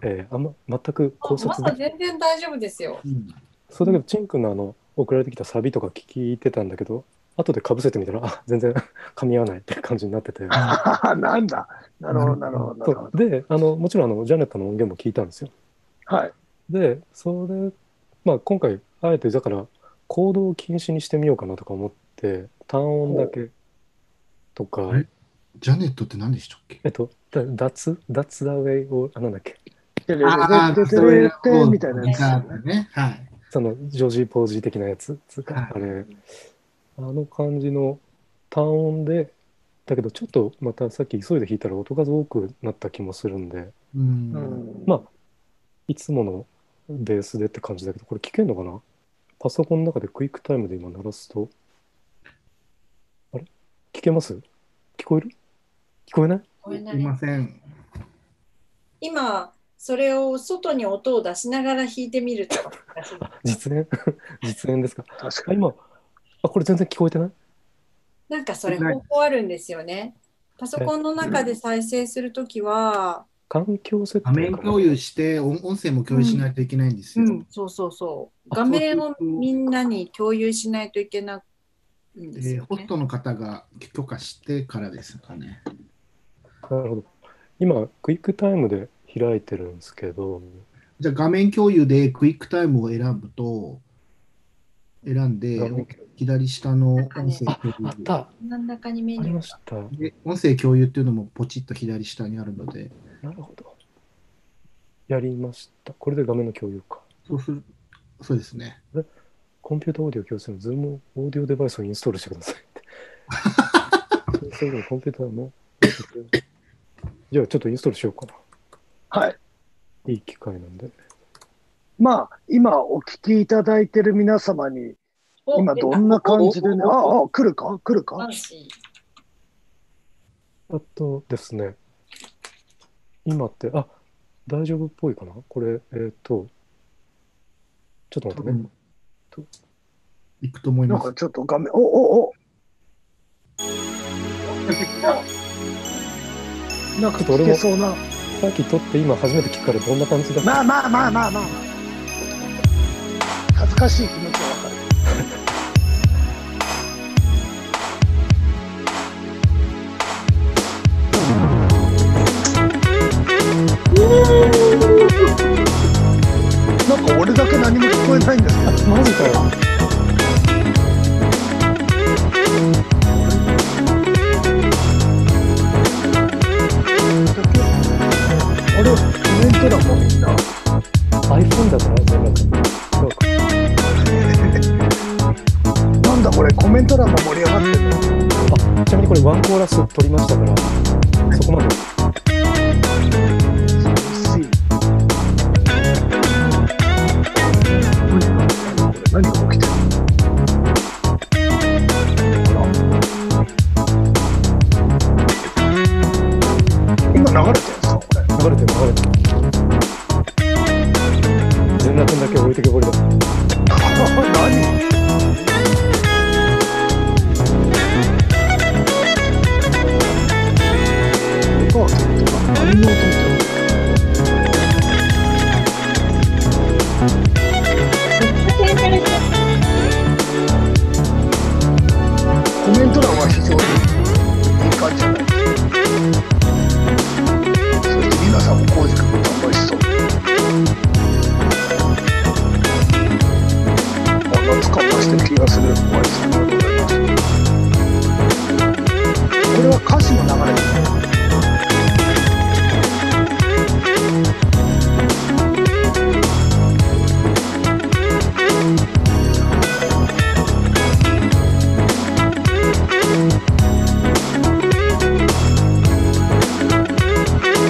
Speaker 4: えーあんま全く
Speaker 5: あ
Speaker 4: 考察
Speaker 5: ま
Speaker 4: で
Speaker 5: だ全
Speaker 4: き
Speaker 5: 然大丈夫ですよ。
Speaker 3: うん
Speaker 4: それだけどチン君のあの送られてきたサビとか聞いてたんだけど後でかぶせてみたらあ全然 噛み合わないって感じになってて。
Speaker 2: なんだ。なるほどなるほどな
Speaker 4: そ
Speaker 2: るほ
Speaker 4: う
Speaker 2: ど。
Speaker 4: であのもちろんあのジャネットの音源も聞いたんですよ。
Speaker 2: はい。
Speaker 4: でそれ、まあ、今回あえてだから行動を禁止にしてみようかなとか思って単音だけとか
Speaker 3: あれジャネットって何でしたっけ
Speaker 4: えっとだ脱脱ダウェイをあなんだっけ
Speaker 2: てれれてれれてみたいなやつですよね。
Speaker 3: ね。はい。
Speaker 4: そのジョージー・ポージー的なやつつうか、
Speaker 3: はい
Speaker 4: あれあの感じの単音でだけどちょっとまたさっき急いで弾いたら音数多くなった気もするんで
Speaker 3: うん。
Speaker 2: うん
Speaker 4: まあいつものベースでって感じだけどこれ聞けんのかなパソコンの中でクイックタイムで今鳴らすとあれ聞けます聞こえる聞こえない
Speaker 5: ごめんな
Speaker 3: すいません。
Speaker 5: 今、それを外に音を出しながら弾いてみると 難しい。
Speaker 4: 実演 実演ですか
Speaker 2: 確
Speaker 4: あ
Speaker 2: かに。
Speaker 4: 今あこれ全然聞こえてない
Speaker 5: なんかそれ方法あるんですよね。パソコンの中で再生するときは、
Speaker 4: 環境設定
Speaker 3: 画面
Speaker 4: かな
Speaker 3: 共有して音、音声も共有しないといけないんです
Speaker 5: う
Speaker 3: よ。
Speaker 5: ん、そうそうそう。画面をみんなに共有しないといけないんです
Speaker 3: で
Speaker 5: よ
Speaker 3: ホ
Speaker 5: ね
Speaker 3: ス。トの方が許可してからですかね。
Speaker 4: なるほど今クイックタイムで開いてるんですけど
Speaker 3: じゃあ画面共有でクイックタイムを選ぶと、選ん
Speaker 4: 画
Speaker 3: で
Speaker 4: 面
Speaker 3: 左下の音声共
Speaker 4: あ
Speaker 3: 有
Speaker 4: ったあ
Speaker 5: 真ん中にメニ
Speaker 4: り
Speaker 5: ュ
Speaker 4: ま
Speaker 5: ー
Speaker 4: し
Speaker 5: が。
Speaker 4: た
Speaker 3: で音声共有っていうのもポチッと左下にあるので、
Speaker 4: なるほどやりましたこれで画面の共有か
Speaker 3: そうするそうですね。
Speaker 4: コンピュータオーディオ共通の Zoom オーディオデバイスをインストールしてくださいって。それぞれコンピューターの。じゃあちょっとインストールしようかな。
Speaker 2: はい。
Speaker 4: いい機会なんで。
Speaker 2: まあ、今お聞きいただいてる皆様に、
Speaker 5: お
Speaker 2: 今どんな感じでね、ああ、来るか来る
Speaker 5: ファ
Speaker 2: か
Speaker 5: ンシ
Speaker 4: あとですね、今って、あ、大丈夫っぽいかなこれ、えっ、と、ちょっと待
Speaker 3: 多
Speaker 4: ってね
Speaker 3: 分。行くと思い
Speaker 2: な
Speaker 3: ま
Speaker 2: んか
Speaker 3: す。
Speaker 2: ちょっと画面、おおおなんか
Speaker 4: ちょっと俺
Speaker 2: 聞け
Speaker 4: も
Speaker 2: そうな。
Speaker 4: さっき撮って今初めて聞くからどんな感じだった
Speaker 2: まあまあまあまあまあ。恥ずかしい気持ちはわかる。なんか俺だけ何も聞こえないんですけど。
Speaker 4: マジかよ。
Speaker 2: あれ、コメント欄もみんな。
Speaker 4: iPhone だからね、なんか、なんか
Speaker 2: なんだこれ、コメント欄も盛り上がってるの。
Speaker 4: あ、ちなみにこれワンコーラス撮りましたから、そこまで。
Speaker 2: C 何が起きてる今流れてるんですかこれ
Speaker 4: 流れてる流れてる。全裸君だけ置いてけぼりだ。
Speaker 2: 何音が聞こえてる何の音みたいなコメント欄は非常にいい感じじゃないそして皆さんも浩二君も楽しそうあ懐かましてる気がするお会いさんでございますこれは歌詞の流れです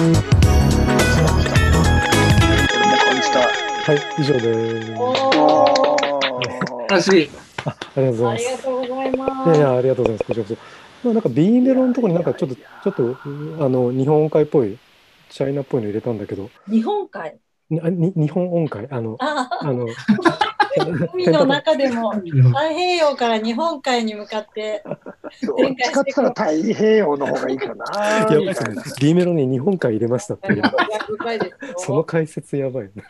Speaker 2: 感じた俺も感じた
Speaker 4: はい、以上です。
Speaker 5: ーお
Speaker 4: あ
Speaker 5: ー
Speaker 2: あー
Speaker 6: らしい。
Speaker 4: りがとうござ
Speaker 5: あ
Speaker 4: い
Speaker 5: り
Speaker 4: ます
Speaker 5: が。とうござい
Speaker 4: い
Speaker 5: ま
Speaker 4: やい
Speaker 5: す。
Speaker 4: や、ありがとうございます。こちらこそ。まあ、なんか B メロのとこになんかちょっと、
Speaker 2: いやいや
Speaker 4: ちょっと、あの、日本音階っぽい、チャイナっぽいの入れたんだけど、
Speaker 5: 日本海。
Speaker 4: にあに日本音階、あの、
Speaker 5: あー
Speaker 4: あの、
Speaker 5: 海の中でも太平洋から日本海に向かって
Speaker 2: どっちかって言ったら太平洋の方がいいか な
Speaker 4: や
Speaker 2: みたいな
Speaker 4: B メロに日本海入れましたっていう。
Speaker 5: 深いですよ
Speaker 4: その解説やばいな。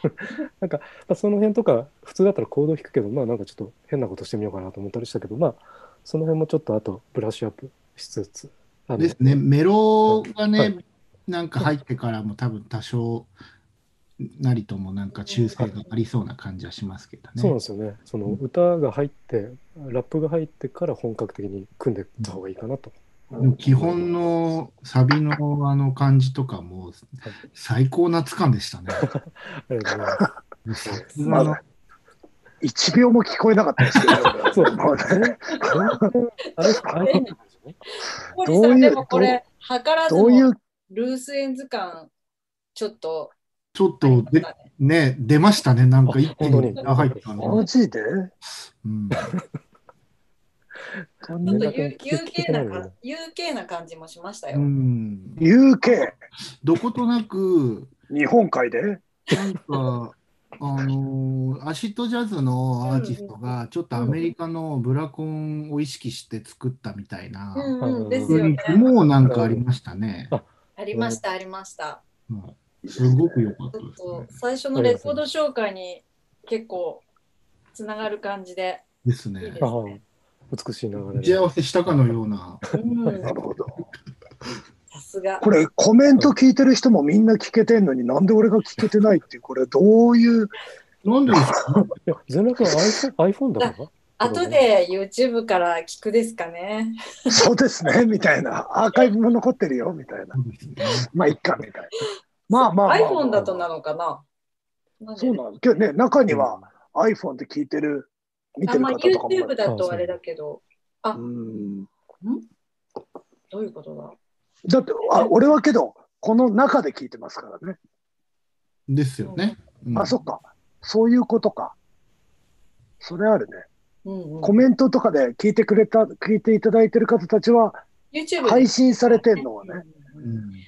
Speaker 4: なんか、まあ、その辺とか、普通だったら行動引くけど、まあなんかちょっと変なことしてみようかなと思ったりしたけど、まあ、その辺もちょっとあとブラッシュアップしつつ。あの
Speaker 3: ですね、メロがね、
Speaker 4: はい
Speaker 3: なんか入ってからも多分多少なりともなんか修正がありそうな感じはしますけど
Speaker 4: そうなん
Speaker 3: ね。
Speaker 4: ですよね。その歌が入って、ラップが入ってから本格的に組んでいった方がいいかなと。
Speaker 3: でも基本のサビのあの感じとかも最高なつかんでしたね。
Speaker 4: ありがとうございま
Speaker 3: さすがの
Speaker 2: 1秒も聞こえなかったですけど
Speaker 4: す。そう。
Speaker 2: もうね
Speaker 4: あれ、あれなんですよね。
Speaker 5: 小森さ
Speaker 2: どうんいう
Speaker 5: でもこれ図らず
Speaker 2: どうい
Speaker 5: も
Speaker 2: う
Speaker 5: ルースエンズ感ちょっと
Speaker 3: ちょっとでね、出ましたね、なんか一気に
Speaker 4: あ
Speaker 3: 入った
Speaker 2: 文
Speaker 3: の。
Speaker 2: 字で
Speaker 3: うん
Speaker 5: ちょっと
Speaker 4: 完全な
Speaker 5: ゆ
Speaker 4: 聞け
Speaker 5: UK
Speaker 4: て
Speaker 5: な
Speaker 4: な
Speaker 5: い
Speaker 4: よ
Speaker 5: 感
Speaker 4: ね。
Speaker 5: UK な感じもしました
Speaker 3: う
Speaker 5: よ。
Speaker 3: ん、
Speaker 2: UK
Speaker 3: どことなく、
Speaker 2: 日本海で
Speaker 3: なんか、あのーアシッドジャズのアーティストが、ちょっとアメリカのブラコンを意識して作ったみたいな、
Speaker 5: うんうんですよ
Speaker 3: 雰囲
Speaker 5: ね。
Speaker 3: 気もなんかありましたね。
Speaker 5: ありましたありました。
Speaker 3: もうすごく良かっ
Speaker 5: ち
Speaker 3: た
Speaker 5: ょっ
Speaker 3: です
Speaker 5: と
Speaker 3: ね。
Speaker 5: 最初のレコード紹介に結構つながる感じで。
Speaker 3: です
Speaker 5: いい
Speaker 3: ね
Speaker 5: で。
Speaker 4: あ
Speaker 5: す
Speaker 4: あ、美しい流れ
Speaker 3: 打
Speaker 4: で
Speaker 3: ち合。わせしたかのような。
Speaker 5: うん
Speaker 2: なるほど
Speaker 5: さすが。
Speaker 2: これコメント聞いてる人もみんな聞けてんのになんで俺が聞けてないっていうこれどういう
Speaker 3: なんでですか
Speaker 4: いや全楽は iPhone, iPhone だから
Speaker 5: 後で YouTube から聞くですかね。
Speaker 2: そうですね みたいなアーカイブも残ってるよみたいな
Speaker 3: そうですね
Speaker 2: まあいっかみたいなまあまあまあ、まあ、
Speaker 5: iPhone だとなのかな。
Speaker 2: そうなんけどね中には iPhone で聞いてる見て
Speaker 5: あ
Speaker 2: る
Speaker 5: まあ
Speaker 2: 方とかも
Speaker 5: YouTube だとあれだけど、
Speaker 2: うん
Speaker 5: どういうことだ
Speaker 2: だってあ俺はけどこの中で聞いてますからね
Speaker 3: ですよね。うん
Speaker 2: あそっかそういうことか。それあるね。
Speaker 5: うんうん
Speaker 2: コメントとかで聞いてくれた、聞いていただいてる方たちは、
Speaker 5: YouTube で
Speaker 2: 配信されてるのはね。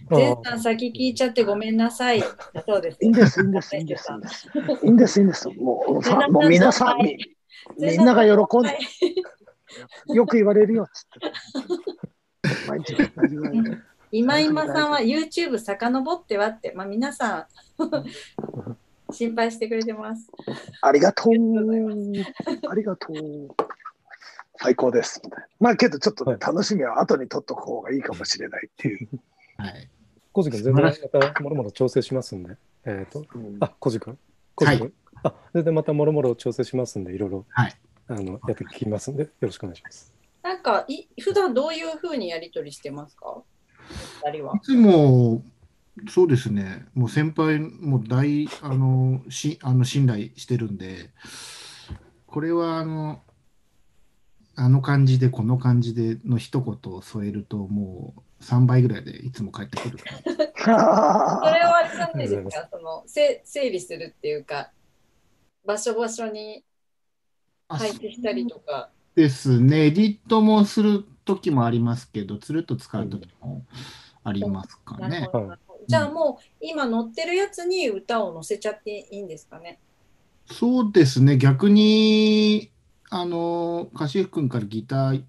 Speaker 3: うん
Speaker 5: 全さん先聞いちゃってごめんなさい。そうです。
Speaker 2: いいんです、いいんです、いいんです、いいんです。いいんです、いいんです。もう、ファンもう皆さん、みみんなが喜ん
Speaker 5: は
Speaker 2: で
Speaker 5: い、
Speaker 2: よく言われるよ、つって。毎日同じぐらいで
Speaker 5: 今今さんは YouTube 遡ってはって、まあ、皆さん 心配してくれてます。
Speaker 2: ありがと
Speaker 5: あ
Speaker 2: う
Speaker 5: りがとうござい。
Speaker 2: ありがとう。最高です。みたいなまあ、けど、ちょっとね
Speaker 4: はい
Speaker 2: 楽しみは後に取っとく方がいいかもしれないっていう。
Speaker 3: はい。
Speaker 4: 小路君、全然またもろもろ調整しますんで。えっ、と、
Speaker 2: うん
Speaker 4: あ、小路君。小路君。あ、全然またもろもろ調整しますんで、いろいろ、
Speaker 3: はい。
Speaker 4: あのやってきますんで、よろしくお願いします。
Speaker 5: なんかい普段どういうふうにやり取りしてますか二人はい
Speaker 3: つも、そうですね、もう先輩、もう大、あの、し、あの、信頼してるんで、これは、あの、あの感じで、この感じでの一言を添えると、もう3倍ぐらいでいつも返ってく るから。
Speaker 5: それはあれじゃないですかそのせ整理するっていうか場所場所に
Speaker 3: あ
Speaker 5: 配置したりとか。
Speaker 3: ですね、エディットもするときもありますけど、つるっと使うときもありますか
Speaker 5: なる
Speaker 3: ね。
Speaker 5: ほどなるほどじゃあもう今載ってるやつに歌を載せちゃっていいんですかね。
Speaker 3: そうですね、逆に、あの、かしふくんからギター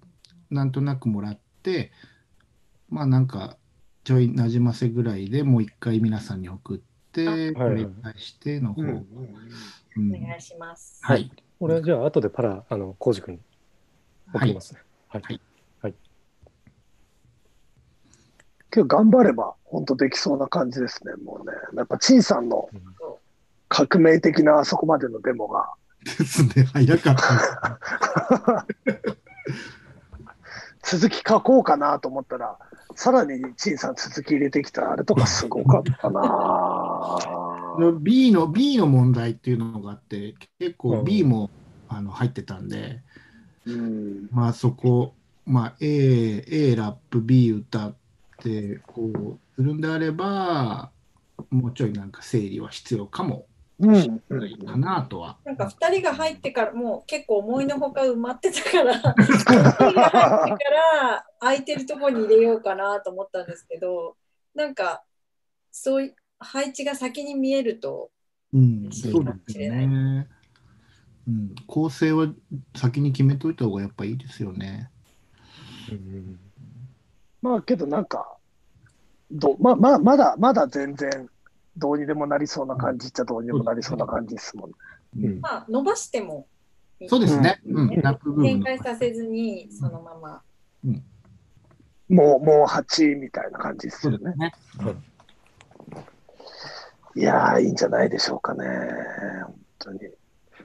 Speaker 3: なんとなくもらって、まあなんか、ちょいなじませぐらいでもう一回皆さんに送って、
Speaker 4: はい
Speaker 3: これに対しての 方、
Speaker 2: うん
Speaker 3: うん
Speaker 5: お願いします。
Speaker 3: はい。
Speaker 4: これじゃあ、後でパラ、あの、小路君に送りますね。はい。
Speaker 3: はい
Speaker 2: けど頑張れば、本当できそうな感じですね、もうね。やっぱ、陳さんの
Speaker 5: そ
Speaker 2: 革命的なあそこまでのデモが、
Speaker 3: ですね、早かった。
Speaker 2: 続き書こうかなと思ったら、さらに陳さん続き入れてきたあれとかすごかったな
Speaker 3: あの B の、B の問題っていうのがあって、結
Speaker 4: う
Speaker 3: 構
Speaker 4: ん
Speaker 3: B もあの入ってたんで、
Speaker 2: うん。
Speaker 3: まあそこ、まあ、A、A ラップ、B 歌ってこうするんであれば、もうちょいなんか整理は必要かも
Speaker 2: うん。
Speaker 3: しれないかなとは。
Speaker 5: うなんか2人が入ってからもう結構思いのほか埋まってたから 2人が入ってから空いてるところに入れようかなと思ったんですけどなんかそういう配置が先に見えると
Speaker 3: うん、
Speaker 5: しい
Speaker 3: そうですよね。うん、構成は先に決めといた方がやっぱいいですよね。
Speaker 4: うん
Speaker 2: まあけどなんか、どまあまあ、まだ、まだ全然、どうにでもなりそうな感じっちゃどうにでもなりそうな感じですもんね。
Speaker 4: うん
Speaker 5: まあ伸ばしてもいい
Speaker 3: そうですね。
Speaker 2: う
Speaker 3: うんん、ラップ部分
Speaker 5: 展
Speaker 3: の。
Speaker 5: 開させずにそのまま
Speaker 2: もう、もう8みたいな感じです
Speaker 3: そう
Speaker 2: よ
Speaker 3: で
Speaker 2: ね
Speaker 3: す。ね。
Speaker 2: いやー、いいんじゃないでしょうかね。本当に。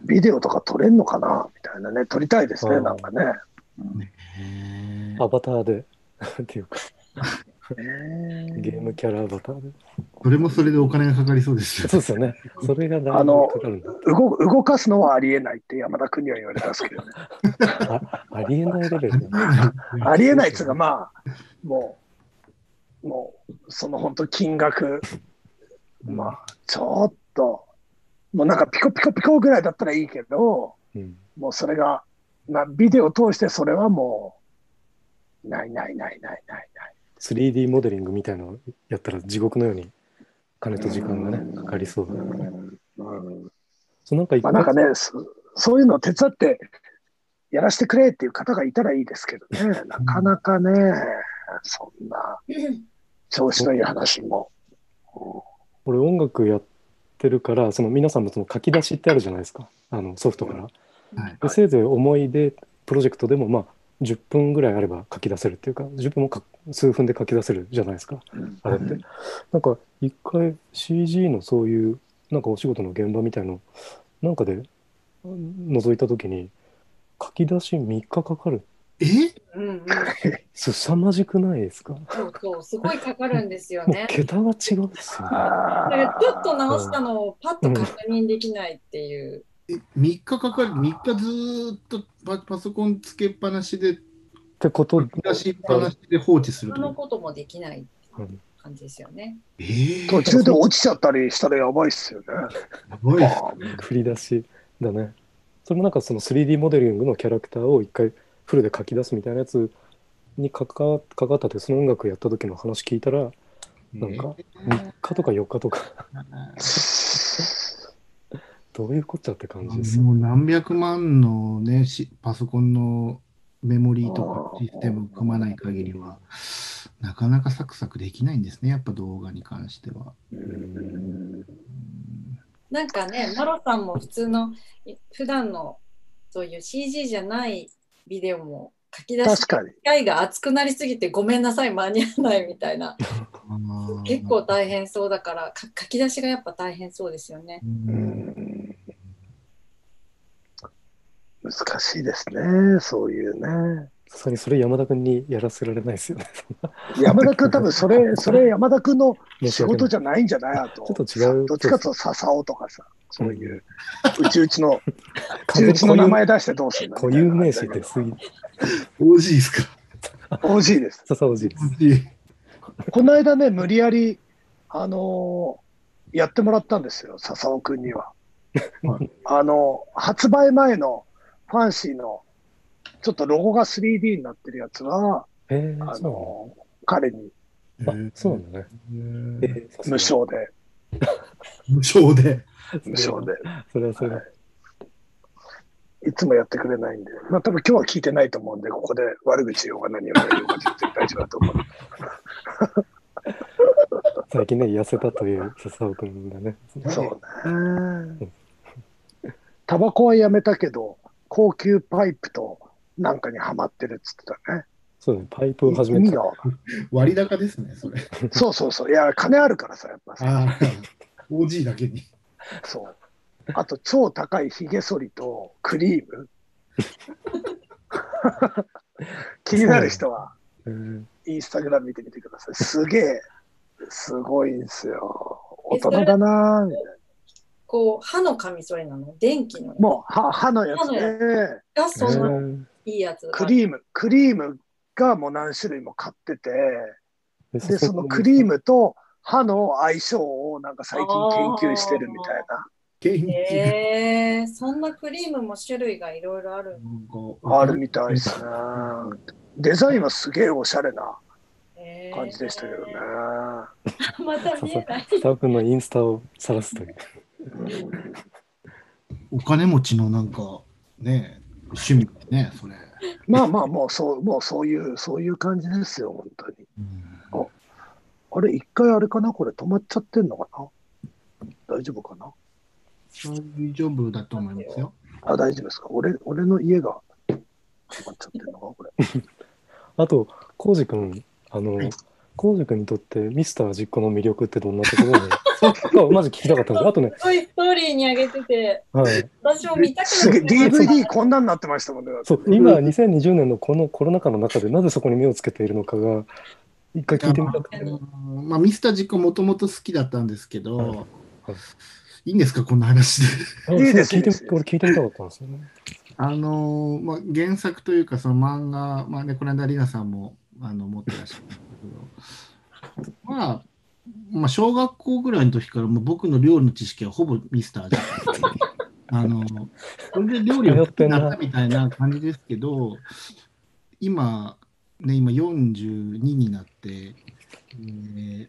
Speaker 2: ビデオとか撮れんのかなみたいなね。撮りたいですね、
Speaker 4: うん
Speaker 2: なんかね。
Speaker 3: へ
Speaker 4: ア
Speaker 3: ー
Speaker 4: バターで、 っていうか、
Speaker 2: ね
Speaker 4: ゲームキャラアバターで。
Speaker 3: それもそれでお金がかかりそうですよ
Speaker 4: そうですよね。それがだいぶかかるんだ。
Speaker 2: 動動かすのはありえないって山田君には言われたんですけどね。
Speaker 4: あありえないレベルだな。
Speaker 3: あ
Speaker 2: ありえないっつうか、まあ、もう、もう、その本当金額、 まあ、ちょっと、もうなんかピコピコピコぐらいだったらいいけど、
Speaker 4: うん
Speaker 2: もうそれが、まあ、ビデオを通してそれはもう、ないないないないないない。
Speaker 4: 3D モデリングみたいなのをやったら地獄のように金と時間がね、かかりそうだね。そうなんか一
Speaker 2: まあ
Speaker 4: 回、
Speaker 2: なんかね、そそういうのを手伝ってやらせてくれっていう方がいたらいいですけどね、なかなかね、そんな調子のいい話も。
Speaker 4: 俺音楽やってるから、その皆さんもその書き出しってあるじゃないですか。あのソフトから。
Speaker 3: はい
Speaker 4: でせいぜい思い出プロジェクトでもまあ10分ぐらいあれば書き出せるっていうか10分もか数分で書き出せるじゃないですかあれってなんか一回 CG のそういうなんかお仕事の現場みたいのなんかで覗いた時に書き出し3日かかる
Speaker 3: え
Speaker 5: うんうん
Speaker 4: すさまじくないですかも
Speaker 5: そうそうすごいかかるんですよ
Speaker 4: う
Speaker 5: ね。
Speaker 4: 桁が違う んですよ
Speaker 5: だ
Speaker 4: ね
Speaker 5: か
Speaker 2: あ
Speaker 5: らちょっと直したのをパッと確認できないっていう。
Speaker 3: え ?3 日かかる、3日ずーっとパパソコンつけっぱなしで
Speaker 4: ってこと
Speaker 3: 出しっぱなしで放置する
Speaker 5: 他
Speaker 3: と
Speaker 5: のこともできない。感じですよね。
Speaker 3: えー、
Speaker 2: 途中で落ちちゃったりしたらやばいっすよね。
Speaker 3: やばいっすね。
Speaker 4: 振り出しだねそれもなんかその 3D モデリングのキャラクターを一回フルで書き出すみたいなやつに関わ関わったってその音楽やった時の話聞いたらなんか3日とか4日とか どういうこっちゃって感じですよ
Speaker 3: もう何百万のね、しパソコンのメモリー
Speaker 2: あ
Speaker 3: とか
Speaker 2: ー
Speaker 3: システムを組まない限りは、なかなかサクサクできないんですね、やっぱ動画に関しては。
Speaker 5: なんか ね、マロさんも普通のい普段のそういう CG じゃないビデオも書き出し
Speaker 2: 確
Speaker 5: 機
Speaker 2: かに。
Speaker 5: 械が熱くなりすぎてごめんなさい間に合わないみたいな結構大変そうだからか書き出しがやっぱ大変そうですよね。
Speaker 3: 変
Speaker 2: うん難しいですね、そういうね。
Speaker 4: さすがにそれ山田君にやらせられないです よねそんな
Speaker 2: 山田君、多分そ れ、それ山田君の
Speaker 4: 申し
Speaker 2: 仕
Speaker 4: 訳な
Speaker 2: 事
Speaker 4: い
Speaker 2: じゃないんじゃないあと。
Speaker 4: ちょっと違う
Speaker 2: どっちかというと、笹尾とかさ、そういう、うちうち の、うちうちの
Speaker 4: 完全に
Speaker 2: 名前出してどうするんだ
Speaker 4: 固有名詞ってすぎ
Speaker 3: 美味しいですか
Speaker 2: OG です。
Speaker 4: 笹おじです
Speaker 3: 美味しい。
Speaker 2: この間ね、無理やり、あのーやってもらったんですよ、笹尾君に は
Speaker 3: は。
Speaker 2: あの発売前のファンシーの、ちょっとロゴが 3D になってるやつは、
Speaker 4: えー、
Speaker 2: あ
Speaker 4: そ
Speaker 2: の彼に
Speaker 4: うなんだあそうなんだね、え
Speaker 3: えー
Speaker 4: ーさすが
Speaker 2: 無償で、
Speaker 3: 無償で。
Speaker 2: 無償で、
Speaker 4: それはそれは、
Speaker 2: いつもやってくれないんで、まあ多分今日は聞いてないと思うんで、ここで悪口言おうが何言おうが言おうが絶対大丈夫だと 思う。
Speaker 4: 最近ね痩せたという笹尾君がね
Speaker 2: そうね。タバコはやめたけど、高級パイプとなんかにはまってるっつってたね。
Speaker 4: そうだねパイプを始め
Speaker 2: 意味
Speaker 4: た
Speaker 2: がわかんな
Speaker 3: 割高ですね、それ。
Speaker 2: いそうそうそう。いや、金あるからさ、やっぱさ。
Speaker 3: ああ、OG だけに。
Speaker 2: そう。あと、超高いひげ剃りとクリー ム。気になる人は、
Speaker 4: うん
Speaker 2: インスタグラム見てみてくだ さい。すげえ、すごいんすよ。大人だなぁ。
Speaker 5: こう歯のカミソリなの電気の
Speaker 2: もう歯歯のやつね。
Speaker 5: がそんな
Speaker 4: えー
Speaker 5: いいやつ
Speaker 2: クリーム、クリームがもう何種類も買ってて、
Speaker 4: で
Speaker 2: で、そのクリームと歯の相性をなんか最近研究してるみたいな。
Speaker 3: ケインチが
Speaker 5: へえそんなクリームも種類がいろいろあるんだ
Speaker 3: なんか
Speaker 2: あるみたいですね。デザインはすげえおしゃれな
Speaker 5: へー
Speaker 2: 感じでしたけどね。
Speaker 5: また見えない。
Speaker 4: 笹尾君のインスタを晒すという
Speaker 3: お金持ちのなんか、ね、趣味ってね、それ。
Speaker 2: まあまあ、もうそう、もうそういう、そういう感じですよ、本当に。あれ、一回あれかなこれ止まっちゃってんのかな大丈夫かな
Speaker 3: 大丈夫だと思いますよ。
Speaker 2: あ、大丈夫ですか俺、俺の家が止まっちゃってんのか これ。
Speaker 4: あと浩司君あの
Speaker 3: はい
Speaker 4: 浩司君にとってミスター実行の魅力ってどんなところに そうまず聞きたかったんですあとね、
Speaker 5: すごいストーリーに上げてて、
Speaker 4: はい、
Speaker 5: 私も見たく
Speaker 2: すげえ、
Speaker 5: なってました
Speaker 2: DVD こんなんなってましたもんね。だって
Speaker 4: そう今2020年のこのコロナ禍の中でなぜそこに目をつけているのかが一回聞いてみたくて
Speaker 5: あの
Speaker 3: まあ、ミスター実行もともと好きだったんですけ
Speaker 4: はい
Speaker 3: ど、いいんですか、こんな話で。
Speaker 4: あ
Speaker 2: いいです
Speaker 4: そう聞いて
Speaker 2: いいです
Speaker 4: これ聞いてみたかったんですよね。
Speaker 3: あのーまあ、原作というか、その漫画、まあね、この間、リナさんもあの持ってらっしゃるんですけど、まあ、まあ、小学校ぐらいの時から、もう僕の料理の知識はほぼミスターで、あのーそれで料理を好きになったみたいな感じですけど、今、ね、今42になって、えー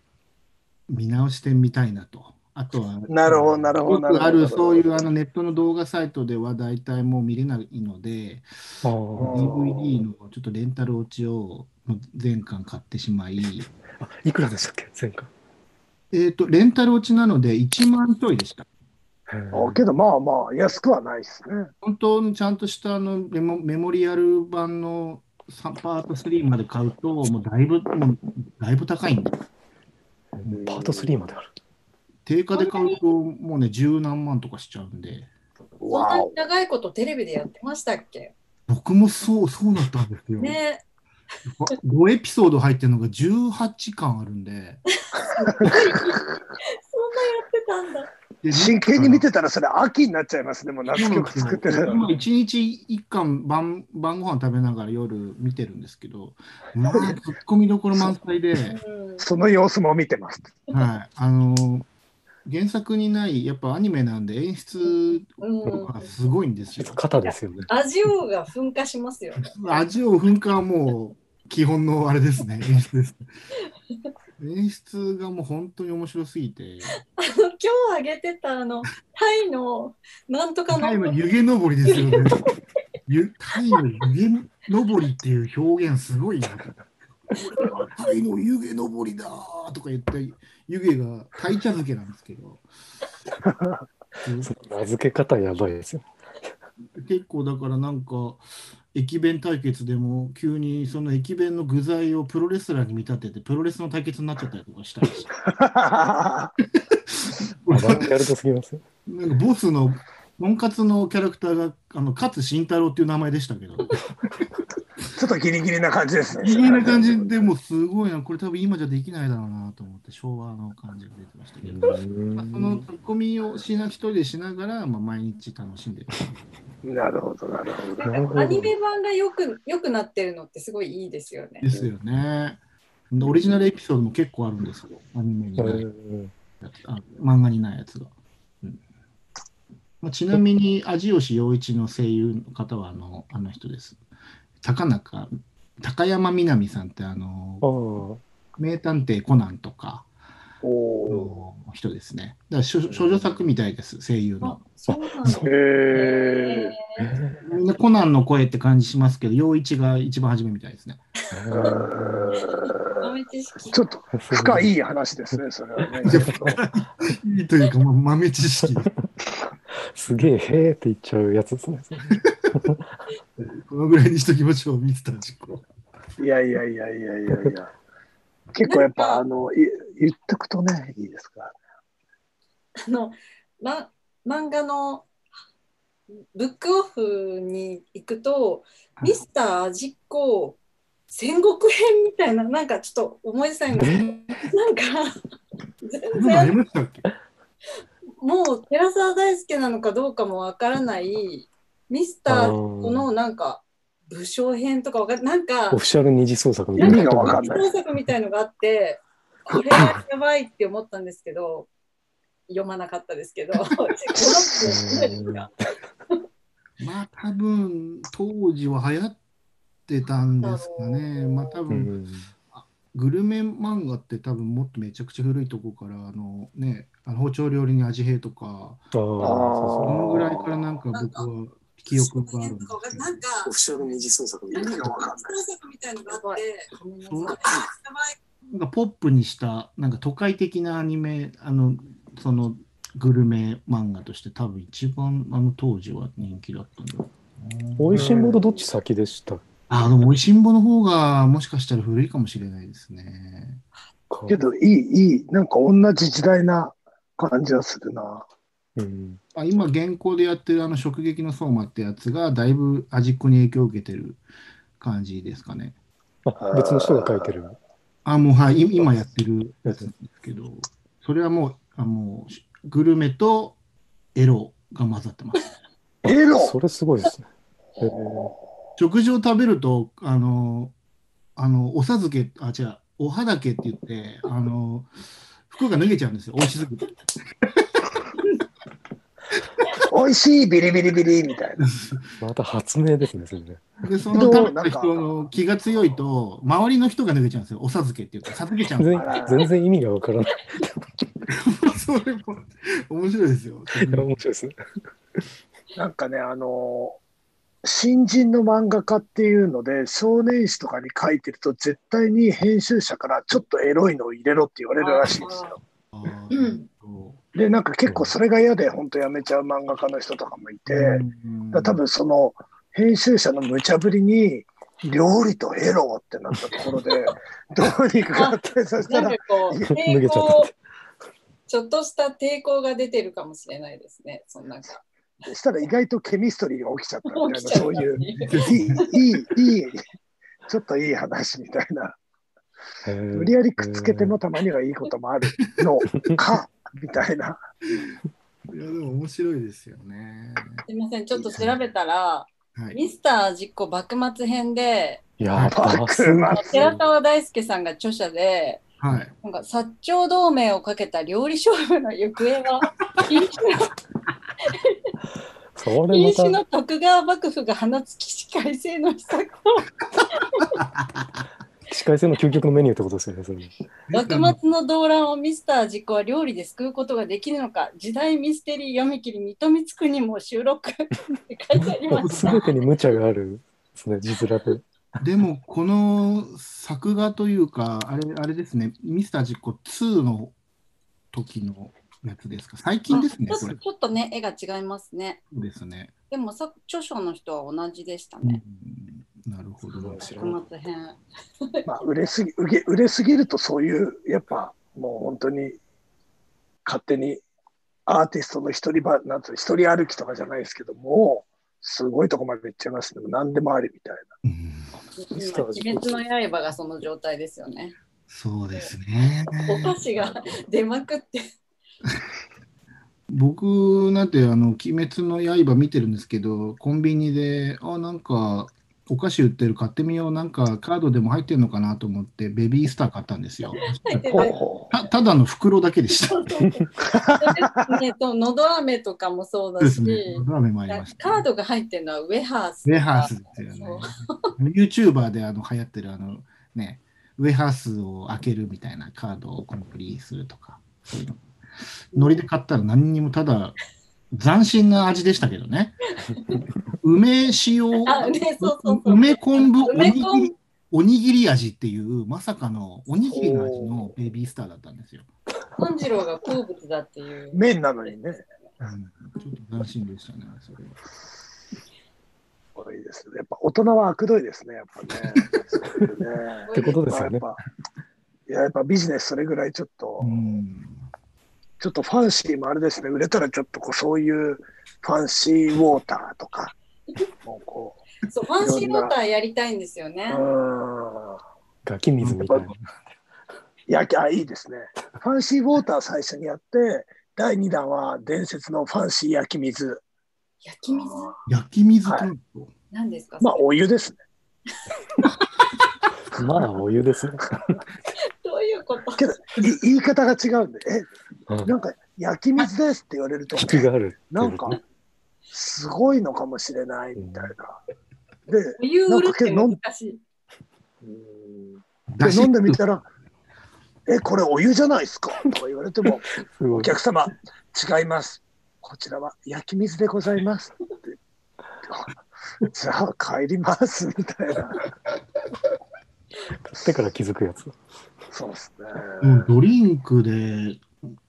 Speaker 3: 見直してみたいなと。あとは、
Speaker 2: なるほど、なるほど、な
Speaker 3: よ
Speaker 2: るほ
Speaker 3: く
Speaker 2: ど。
Speaker 3: あるそういうあのネットの動画サイトでは大体もう見れないので、
Speaker 4: あ
Speaker 2: ん
Speaker 3: DVD のちょっとレンタル落ちを全巻買ってしまい、
Speaker 4: あいくらでしたっけ前回。
Speaker 3: えっとレンタル落ちなので1万ちょいでし
Speaker 2: あ
Speaker 3: た。
Speaker 2: けど、まあまあ、安くはないですね。
Speaker 3: 本当にちゃんとしたあのメモメモリアル版の3パート3まで買うと、もうだいぶ、もうだいぶ高いんで、
Speaker 4: パート3まである。
Speaker 3: 定価で買うともうね、十何万とかしちゃうんで、
Speaker 5: そん
Speaker 2: わ
Speaker 5: な
Speaker 2: お
Speaker 5: に。長いことテレビでやってましたっけ
Speaker 3: 僕もそう、そうだったんですよ。
Speaker 5: ね
Speaker 3: 5エピソード入ってるのが18巻あるんで、
Speaker 5: そんなやってたんだ。
Speaker 3: で
Speaker 2: 真剣に見てたらそれ秋になっちゃいますね、もう夏
Speaker 3: 今
Speaker 2: 曲作ってる。
Speaker 3: 今一日一巻晩晩ご飯食べながら夜見てるんですけど、まあ、突っ込みどころ満 載で、
Speaker 5: うん
Speaker 2: その様子も見てます。
Speaker 3: はい、あの、原作にない、やっぱアニメなんで演出
Speaker 5: うん
Speaker 3: がすごいんですよ。
Speaker 4: 肩ですよね。
Speaker 5: 味をが噴火しますよね。
Speaker 3: 味を噴火はもう基本のあれですね、演出です。演出がもう本当に面白すぎて、
Speaker 5: あの今日あげてたあのタイのなんとか
Speaker 3: タイの
Speaker 5: の
Speaker 3: 湯気登りですよね。ゆタイの湯気登りっていう表現すごいな。これはタイの湯気登りだーとか言って、湯気がタイ茶漬けなんですけど。
Speaker 4: その名付け方やばいですよ。
Speaker 3: 結構だからなんか駅弁対決でも急にその駅弁の具材をプロレスラーに見立ててプロレスの対決になっちゃったりとかしたりして
Speaker 4: アバンギャルドすぎますよ。
Speaker 3: なんかボスのとんかつのキャラクターがあの勝慎太郎っていう名前でしたけど
Speaker 2: ちょっとギリギリな感じですね。
Speaker 3: 有名な感じでもうすごいなこれ多分今じゃできないだろうなと思って昭和の感じが出てましたけど、まあそのツッコミをしな一人でしながら、まあ、毎日楽しんでる
Speaker 2: なるほど、なるほど。
Speaker 4: なるほど
Speaker 5: アニメ版がよくよくなってるのってすごいいいですよね
Speaker 3: で。すよねでオリジナルエピソードも結構あるんですよアニメに、ね。
Speaker 4: うん
Speaker 3: あ漫画にないやつが。うんまあ、ちなみに、味吉陽一の声優の方はあのあの人です。高中、高山みなみさんってあの、
Speaker 4: ああ、
Speaker 3: 名探偵コナンとか
Speaker 2: お
Speaker 3: の人ですね。だから少少女作みたいです、声優
Speaker 5: あ
Speaker 3: の。
Speaker 5: そうなん
Speaker 2: ー。
Speaker 5: だ
Speaker 2: へ
Speaker 5: ね
Speaker 3: みんなコナンの声って感じしますけど、陽一が一番初めみたいですね。
Speaker 2: ーう
Speaker 5: 豆知識
Speaker 2: んちょっと深い話ですね、それはね。
Speaker 3: いい というか、まあ、豆知識。
Speaker 4: すげえ、へーって言っちゃうやつですね。
Speaker 3: このぐらいにしときましょう、ミスター実行。
Speaker 2: いやいやいやいやいやいや。結構やっぱ、あの、い言っとくとね、いいですか。
Speaker 5: あの、ま、漫画のブックオフに行くと、
Speaker 3: はい
Speaker 5: ミスター味っ子戦国編みたいな、なんかちょっと思い出せないんですけど、なんか
Speaker 3: そ
Speaker 5: 全
Speaker 3: んなのあり
Speaker 5: 然
Speaker 3: ましたっけ
Speaker 5: もう寺澤大輔なのかどうかもわからない、ミスター味っ子のなんか武将編とかわかんなんか
Speaker 4: オフィシャル二次創作み
Speaker 2: 意
Speaker 4: たい
Speaker 2: 味
Speaker 4: な。
Speaker 2: がわかんない。
Speaker 5: 創作みたいのがあって、これはやばいって思ったんですけど、読まなかったですけ ど、
Speaker 3: まあ多分当時は流行ってたんですかね。まあ多
Speaker 4: う
Speaker 3: 分
Speaker 4: ん
Speaker 3: グルメ漫画って多分もっとめちゃくちゃ古いとこからあのね、あの包丁料理に味変とか、
Speaker 4: ああ、
Speaker 3: そ
Speaker 4: そ
Speaker 3: のぐらいからなんか僕は記憶があるんですけど
Speaker 5: なんか、
Speaker 6: オフィシャル二次創作み
Speaker 5: な
Speaker 6: たい
Speaker 5: ん
Speaker 6: な
Speaker 5: か、
Speaker 2: がわかんない
Speaker 5: 作みたいのがあって、
Speaker 1: ごめんな
Speaker 3: そ
Speaker 1: さ
Speaker 3: う
Speaker 1: い。
Speaker 3: なんかポップにしたなんか都会的なアニメ、あのそのグルメ漫画として多分一番あの当時は人気だったんだろうな。
Speaker 4: おいしんぼとどっち先でしたか
Speaker 3: あ、でもおいしんぼの方がもしかしたら古いかもしれないですね。
Speaker 2: けど、いい、いい。なんか同じ時代な感じはするな。
Speaker 4: うん
Speaker 3: あ今、現行でやってるあの、食撃の相馬ってやつが、だいぶ味っ子に影響を受けてる感じですかね。
Speaker 4: あ別の人が書いてる。
Speaker 3: あ、もう、はい、い今やってるやつですけど、それはもう、あもうしグルメとエロが混ざってます。
Speaker 2: エロ
Speaker 4: それすごいですね。え
Speaker 3: 食事を食べると、あの、あの、おさづけ、あ、違う、おはだけって言って、あの、服が脱げちゃうんですよ、美味しすぎて。
Speaker 2: 美味しい、ビリビリビリみたいな。
Speaker 4: ーまた発明ですね、それね。
Speaker 3: で、その食べた人の気が強いと、周りの人が脱げちゃうんですよ、おさづけって言って、授けちゃうん
Speaker 4: 全
Speaker 3: ですよ
Speaker 4: 然全然意味がわからない。
Speaker 3: それも面白いで すよ。
Speaker 4: いや面白いですね。
Speaker 2: なんかね、あの新人の漫画家っていうので、少年誌とかに書いてると、絶対に編集者からちょっとエロいのを入れろって言われるらしいんですよ。
Speaker 5: うん
Speaker 2: で、なんか結構それが嫌で、本当やめちゃう漫画家の人とかもいて、だから多分その編集者の無茶ぶりに、料理とエロってなったところ で、どうにか合体させた
Speaker 5: なん
Speaker 2: ら
Speaker 5: か、こう、
Speaker 4: 脱げ
Speaker 5: 抵
Speaker 4: ちゃっ
Speaker 5: 抗
Speaker 4: た。
Speaker 5: ちょっとした抵抗が出てるかもしれないですね、そんなんか。
Speaker 2: したら意外とケミストリーが起きちゃったみたい
Speaker 5: 起きち
Speaker 2: な、
Speaker 5: ゃった
Speaker 2: そういう、いい、いい、いい、ちょっといい話みたいな。
Speaker 4: へー
Speaker 2: 無理やりくっつけてもたまにはいいこともあるのか、みたいな。
Speaker 3: いや、でも面白いですよね。
Speaker 5: すいません、ちょっと調べたら、
Speaker 3: はい。
Speaker 5: ミスター実行幕末編で、
Speaker 4: いやー、
Speaker 2: 幕
Speaker 4: バ
Speaker 2: 末
Speaker 4: ス
Speaker 5: 寺川大輔さんが著者で、
Speaker 3: はい。
Speaker 5: なんか薩長同盟をかけた料理勝負の行方は、飲酒の
Speaker 4: それ
Speaker 5: 飲
Speaker 4: ま
Speaker 5: 酒
Speaker 4: た、
Speaker 5: の徳川幕府が放つ起死回生の秘策を
Speaker 4: 司会性の究極のメニューってことですよね、それ。
Speaker 5: 幕末の動乱をミスター実行は料理で救うことができるのか時代ミステリー読み切り水戸光圀も収録 って書いてあ ります
Speaker 4: すべてに無茶があるですね、字面で。
Speaker 3: でも、この作画というか、あれ、あれですね、ミスター実行2の時のやつですか。最近ですね、
Speaker 5: ちょっ
Speaker 3: ことれ。
Speaker 5: ちょっとね絵が違いますね
Speaker 3: そうですね。
Speaker 5: でもさ著書の人は同じでした
Speaker 3: うん
Speaker 5: ね、
Speaker 3: なるほど。
Speaker 4: 知らな
Speaker 5: 幕末編
Speaker 2: まあ、売れすぎ、売れ、売れすぎると、そういう、やっぱ、もう本当に。勝手に。アーティストの一人ば、なんつう、一人歩きとかじゃないですけども。すごいとこまで行っちゃいますね。何でもありみたい
Speaker 3: うん
Speaker 5: 今
Speaker 4: ミスター
Speaker 5: 鬼
Speaker 4: 実行
Speaker 5: 滅の刃がその状態ですよね
Speaker 3: そうですね。
Speaker 5: お菓子が 出まくって
Speaker 3: 僕なんて、あの、鬼滅の刃見てるんですけど、コンビニで、あ、なんか、お菓子売ってる、買ってみよう、なんか、カードでも入ってるのかなと思って、ベビースター買ったんですよ。
Speaker 5: 入ってた
Speaker 2: な。ほう
Speaker 5: り
Speaker 2: ほ
Speaker 3: たただの袋だけでした。
Speaker 5: そうそうそうねとのど飴とかもそう
Speaker 3: そう
Speaker 5: だ
Speaker 3: で
Speaker 5: し
Speaker 3: すね。ラーメンもありました。
Speaker 5: カードが入ってるのはウェハース
Speaker 3: ウェハースですよね
Speaker 5: そう。
Speaker 3: YouTuber であの流行ってるあのね、ウェハースを開けるみたいなカードをコンプリするとか、そういうの。ノリで買ったら何にもただ斬新な味でしたけどね。梅塩、
Speaker 5: あねそうそうそう
Speaker 3: 梅昆布おに
Speaker 5: 梅
Speaker 3: ぎ
Speaker 5: 昆
Speaker 3: り、おにぎり味っていう、まさかのおにぎりの味のベビースターだったんですよ。
Speaker 5: 本次郎が好物だっていう
Speaker 2: う。。麺なのにね。
Speaker 3: うんちょっと斬新でしたね、それは。
Speaker 2: これいいですね。やっぱ大人は悪どいですね。やっぱ ね。そういうね
Speaker 4: ってことですよね。
Speaker 2: まあやっぱいや、やっぱビジネスそれぐらいちょっと、
Speaker 3: うん
Speaker 2: ちょっとファンシーもあれですね、売れたらちょっとこうそういうファンシーウォーターと か、もうこ
Speaker 5: そう、ファンシーウォーターやりたいんですよ
Speaker 2: う、う
Speaker 5: ね。
Speaker 2: ーん、
Speaker 4: ガキ水みたい
Speaker 2: や
Speaker 4: な
Speaker 2: っ。焼きゃいいですね。ファンシーウォーター最初にやって、第2弾は伝説のファンシー焼き水。
Speaker 5: 焼き水
Speaker 3: 焼き水と、
Speaker 5: なんですか、
Speaker 2: まあ、お湯ですね。
Speaker 4: まあ、お湯ですね。
Speaker 5: どういうこと
Speaker 2: けど、い言い方が違うんで、
Speaker 4: うん
Speaker 2: え、なんか焼き水ですって言われると、
Speaker 4: 引きがある。
Speaker 2: なんか、すごいのかもしれないみたいな。で、
Speaker 5: お湯売るって難しい。
Speaker 2: で飲んでみたら「えこれお湯じゃないですか?」とか言われても
Speaker 4: すご
Speaker 2: 「お
Speaker 4: い。
Speaker 2: 客様違いますこちらは焼き水でございます」 って「じゃあ帰ります」みたいな
Speaker 4: 買ってから気づくやつ。
Speaker 2: そうですね、
Speaker 3: もうドリンクで、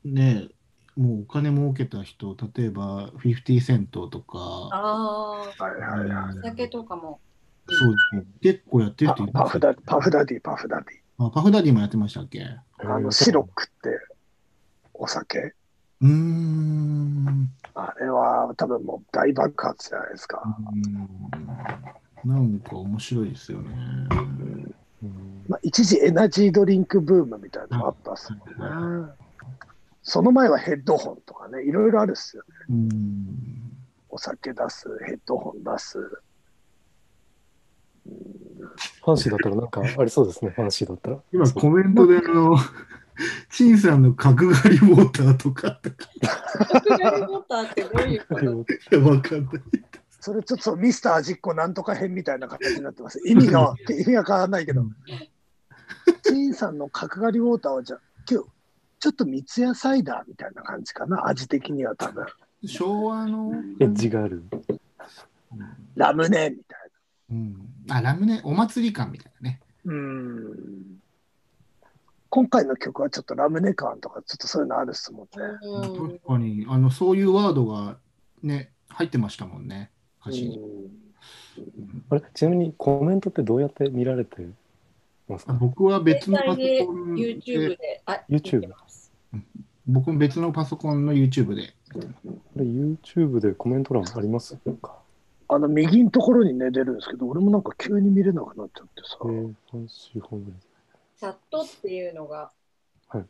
Speaker 3: ね、もうお金儲けた人、例えば50セントとか、
Speaker 5: ああ、
Speaker 2: はいはいはい
Speaker 5: お酒とかも。
Speaker 3: そうですね、結構やってる
Speaker 2: パ
Speaker 3: 人いる
Speaker 2: パフダパフダディパフダデ
Speaker 3: あパフダディもやってましたっけう
Speaker 2: ィあのシロックってお酒
Speaker 3: ーん。
Speaker 2: あれは多分もう大爆発じゃないです
Speaker 3: う
Speaker 2: か、
Speaker 3: ーんなんか面白いですよね。
Speaker 4: うん
Speaker 2: まあ、一時エナジードリンクブームみたいなのがあったっすもんねその前はヘッドホンとかねいろいろあるっすよ
Speaker 3: うーん。
Speaker 2: お酒出す、ヘッドホン出す。
Speaker 4: ファンシーだったらなんかありそうですね、ファンシーだったら。
Speaker 3: 今コメントであの、陳さんの角刈りウォーターとかとか、
Speaker 5: 角刈りウォーターってどういうこと
Speaker 3: いや、わかんない。
Speaker 2: それちょっとミスター実行なんとか編みたいな形になってます。意味が、意味が変わらないけど。陳さんの角刈りウォーターはじゃあ、今日、ちょっと三ツ矢サイダーみたいな感じかな、味的には多分。
Speaker 3: 昭和の。
Speaker 4: エッジがある。
Speaker 2: ラムネみたい
Speaker 3: うん。あ、ラムネ、お祭り感みたいなね。
Speaker 2: な。うーん。今回の曲はちょっとラムネ感とか、ちょっとそういうのあるっすもんね。
Speaker 5: うん
Speaker 3: 確かにあのそういうワードがね入ってましたもんね歌詞に、
Speaker 4: あれ、ちなみにコメントってどうやって見られてます
Speaker 3: あ
Speaker 4: か
Speaker 3: 僕は別の
Speaker 5: 携
Speaker 3: パ
Speaker 5: 帯
Speaker 3: ソ
Speaker 5: で
Speaker 3: コン
Speaker 5: YouTube で。あ
Speaker 4: YouTube
Speaker 5: 見てます
Speaker 3: 僕も別のパソコンの YouTube で
Speaker 4: これ YouTube でコメント欄ありますか
Speaker 2: あの、右のところにね、出るんですけど、俺もなんか急に見れなくなっちゃってさ。
Speaker 4: えー、ファンシーホーム
Speaker 5: チャットっていうのが
Speaker 4: はい